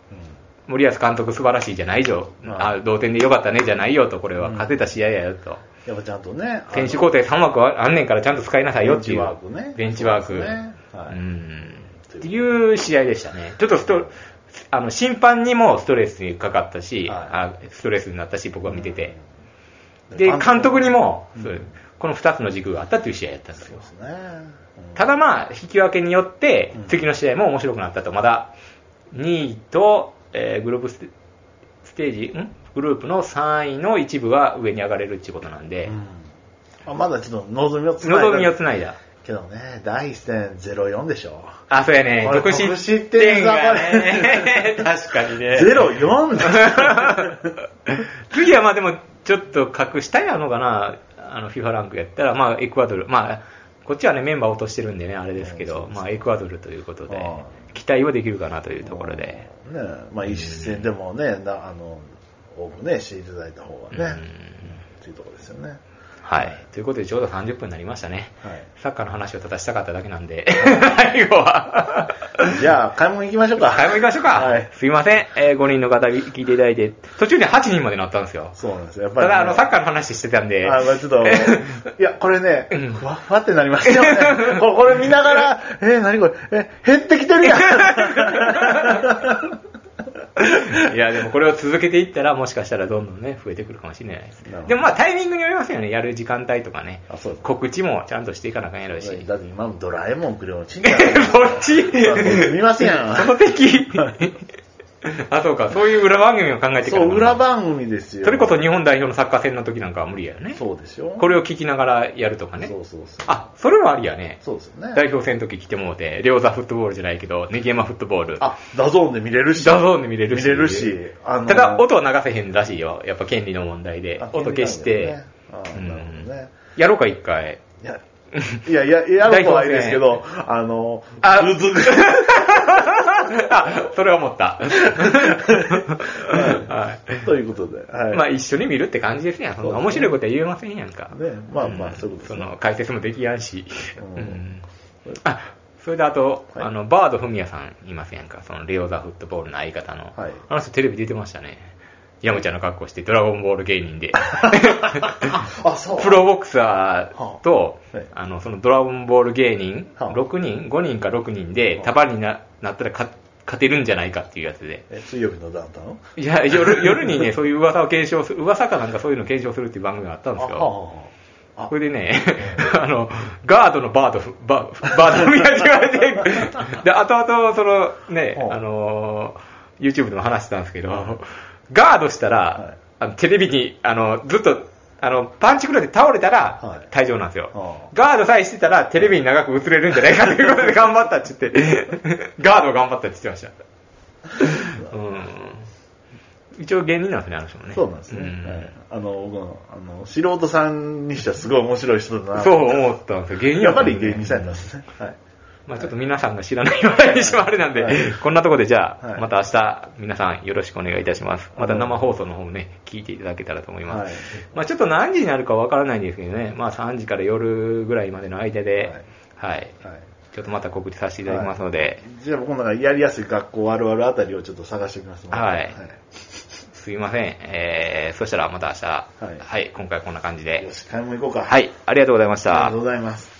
[SPEAKER 2] う
[SPEAKER 1] 森保監督素晴らしいじゃないよ、
[SPEAKER 2] うん
[SPEAKER 1] あ同点で良かったねじゃないよと、これは
[SPEAKER 2] うん
[SPEAKER 1] 勝てた試合やよと、
[SPEAKER 2] んやっぱちゃんとね、
[SPEAKER 1] 選手交代3枠あんねんからちゃんと使いなさいよっていう、
[SPEAKER 2] ベンチワークね
[SPEAKER 1] ベンチワーク
[SPEAKER 2] そうですねはい
[SPEAKER 1] うんっていう試合でしたね。ちょっとストあの、審判にもストレスにかかったし、
[SPEAKER 2] は
[SPEAKER 1] あストレスになったし、僕は見てて。
[SPEAKER 2] うん
[SPEAKER 1] で、
[SPEAKER 2] 監督
[SPEAKER 1] 監督にも、
[SPEAKER 2] うん
[SPEAKER 1] そうこの2つの軸があったという試合やったんですよ。
[SPEAKER 2] ですね。うん
[SPEAKER 1] ただまあ、引き分けによって
[SPEAKER 2] うん、
[SPEAKER 1] 次の試合も面白くなったと。まだ、2位と、えーグループステステージ、んグループの3位の一部は上に上がれるっていうことなんで
[SPEAKER 2] う、んまあまだちょっと望みをつないだ
[SPEAKER 1] 望みをつないだ。
[SPEAKER 2] けどね、第一戦04でしょ。
[SPEAKER 1] あ、そうやね。
[SPEAKER 2] これ
[SPEAKER 1] 得
[SPEAKER 2] 得
[SPEAKER 1] 失
[SPEAKER 2] 失
[SPEAKER 1] 点
[SPEAKER 2] 点
[SPEAKER 1] が
[SPEAKER 2] が
[SPEAKER 1] ね。 (laughs) 確かにね。 (laughs)
[SPEAKER 2] 04だ
[SPEAKER 1] 次はまあでも、ちょっと格下やのかな。あの、FIFA ランクやったら、まあエクアドル。まあ、こっちはね、メンバー落としてるんでね、あれですけど、まあエクアドルということで
[SPEAKER 2] は、
[SPEAKER 1] 期待はできるかなというところで。
[SPEAKER 2] ねまあ一戦でもね、なあの、多くね、していただいた方
[SPEAKER 1] う
[SPEAKER 2] がね、
[SPEAKER 1] ん
[SPEAKER 2] っていうところですよね。
[SPEAKER 1] はい。ということで、ちょうど30分になりましたね。
[SPEAKER 2] はい。
[SPEAKER 1] サッカーの話をただしたかっただけなんで、 (laughs) 最後は。
[SPEAKER 2] じゃあ、買い物行きましょうか。
[SPEAKER 1] 買い物行きましょうか。
[SPEAKER 2] はい。
[SPEAKER 1] すいません。えー5人の方聞いていただいて、途中に8人までなったんですよ。
[SPEAKER 2] そうなんですよ。やったぱりね、
[SPEAKER 1] だ、あの、サッカーの話してたんで、
[SPEAKER 2] あまあちょ
[SPEAKER 1] (laughs)
[SPEAKER 2] っと、いや、これね
[SPEAKER 1] うん、
[SPEAKER 2] ふわふわってなりま
[SPEAKER 1] (laughs)
[SPEAKER 2] したよね。これこれ見ながら、えー、何これ、え、減ってきて
[SPEAKER 1] (laughs)
[SPEAKER 2] るやん。
[SPEAKER 1] (laughs) いや、でもこれを続けていったら、もしかしたらどんどんね、増えてくるかもしれないです
[SPEAKER 2] なるほ。ど
[SPEAKER 1] でもまあ、タイミングによりますよね。やる時間帯とかね。
[SPEAKER 2] あ、そうで
[SPEAKER 1] 告知もちゃんとしていかなあかんやろうし。
[SPEAKER 2] す
[SPEAKER 1] そ (laughs)
[SPEAKER 2] ね。だって今もドラえもんくれ落ちん
[SPEAKER 1] っち
[SPEAKER 2] 見ますやん
[SPEAKER 1] その敵。あ、そうか。そういう裏番組を考えていかなあ
[SPEAKER 2] そう、
[SPEAKER 1] かん
[SPEAKER 2] 裏番組ですよ。
[SPEAKER 1] それこそ日本代表のサッカー戦の時なんかは無理やよね。
[SPEAKER 2] そうでしょ
[SPEAKER 1] これを聞きながらやるとかね
[SPEAKER 2] そ。うそうそう。
[SPEAKER 1] あ、それはありやね。
[SPEAKER 2] そうですよね。
[SPEAKER 1] 代表戦の時来てもうて、両座フットボールじゃないけど、ネギ山フットボール。
[SPEAKER 2] あ、ダゾーンで見れるし。
[SPEAKER 1] ダゾーンで見れるし。
[SPEAKER 2] 見れるしあの
[SPEAKER 1] ただ、音は流せへんらしいよ。やっぱ権利の問題で
[SPEAKER 2] あ。
[SPEAKER 1] 音消して。
[SPEAKER 2] 権利なんだよねあなるほどね
[SPEAKER 1] うんやろうか、一回。
[SPEAKER 2] いや、
[SPEAKER 1] (laughs)
[SPEAKER 2] いや、いや、やることはいいですけど、あの、
[SPEAKER 1] あ
[SPEAKER 2] ずず
[SPEAKER 1] (laughs) あ、それは思った。は。
[SPEAKER 2] ということで、はいい。
[SPEAKER 1] まあ、一緒に見るって感じですやん。そんな面白いことは言えませんやんか。
[SPEAKER 2] ね、まあまあ、そういうことです
[SPEAKER 1] そ
[SPEAKER 2] ね。
[SPEAKER 1] の解説もできやんし、
[SPEAKER 2] うん
[SPEAKER 1] うんあそれであと、
[SPEAKER 2] はい
[SPEAKER 1] あのバードフミヤさんいますやんかそのレオザフットボールの相方の、
[SPEAKER 2] はい
[SPEAKER 1] あの人テレビ出てましたねヤムちゃんの格好してドラゴンボール芸人
[SPEAKER 2] (laughs)
[SPEAKER 1] で
[SPEAKER 2] あ、そう。
[SPEAKER 1] (laughs) プロボクサーと、
[SPEAKER 2] あはい
[SPEAKER 1] あのそのドラゴンボール芸人、
[SPEAKER 2] はあ
[SPEAKER 1] 6人5人か6人で
[SPEAKER 2] はあ
[SPEAKER 1] 束にななったら勝勝てるんじゃないかっていうやつで
[SPEAKER 2] え、水曜日のダウンタウン
[SPEAKER 1] いや夜夜に
[SPEAKER 2] (laughs)
[SPEAKER 1] ねそういう噂を検証する噂かなんかそういうの検証するっていう番組があったんですよ
[SPEAKER 2] あはあはあ
[SPEAKER 1] これでね、 (laughs) あの、ガードのバードフ、ババードフミヤ違われて、で、後々、そのね、
[SPEAKER 2] ほう
[SPEAKER 1] あのー、YouTube でも話してたんですけど、ガードしたら、
[SPEAKER 2] はい
[SPEAKER 1] あのテレビに、あの、ずっと、あの、パンチくらいで倒れた
[SPEAKER 2] は
[SPEAKER 1] ら退
[SPEAKER 2] い、
[SPEAKER 1] 場なんですよ。
[SPEAKER 2] はあ
[SPEAKER 1] ガードさえしてたら、テレビに長く映れるんじゃないかということ
[SPEAKER 2] (laughs)
[SPEAKER 1] で頑張ったって言って、ガードを頑張ったって言ってました。うん。一応芸人なんですね、あの人もね。
[SPEAKER 2] そうなんですね。
[SPEAKER 1] ん
[SPEAKER 2] はいあの、僕の、あの、素人さんにしてはすごい面白い人だな。
[SPEAKER 1] そう思ったんですよ。芸人
[SPEAKER 2] やっ
[SPEAKER 1] った
[SPEAKER 2] ぱ
[SPEAKER 1] もんね
[SPEAKER 2] り芸人さんなんですね。はい。
[SPEAKER 1] まあちょっと皆さんが知らない話題もあれなんで
[SPEAKER 2] はい、
[SPEAKER 1] こんなとこでじゃ
[SPEAKER 2] は
[SPEAKER 1] あ、
[SPEAKER 2] い
[SPEAKER 1] また明日皆さんよろしくお願いいたします。また生放送の方もね、聞いていただけたらと思いま
[SPEAKER 2] はい
[SPEAKER 1] す。まあちょっと何時になるかわからないんですけどね、まあ3時から夜ぐらいまでの間で、はい。
[SPEAKER 2] はい。
[SPEAKER 1] ちょっとまた告知させていただきますので、
[SPEAKER 2] じゃあ僕のやりやすい学校あるあるあたりをちょっと探してみますので
[SPEAKER 1] はいすいません。えー、そしたらまた明日、はい、今回こんな感じ
[SPEAKER 2] よ
[SPEAKER 1] で。
[SPEAKER 2] し、買い物行こうか。
[SPEAKER 1] はい、ありがとうございまし
[SPEAKER 2] あり
[SPEAKER 1] た
[SPEAKER 2] がと。うございます。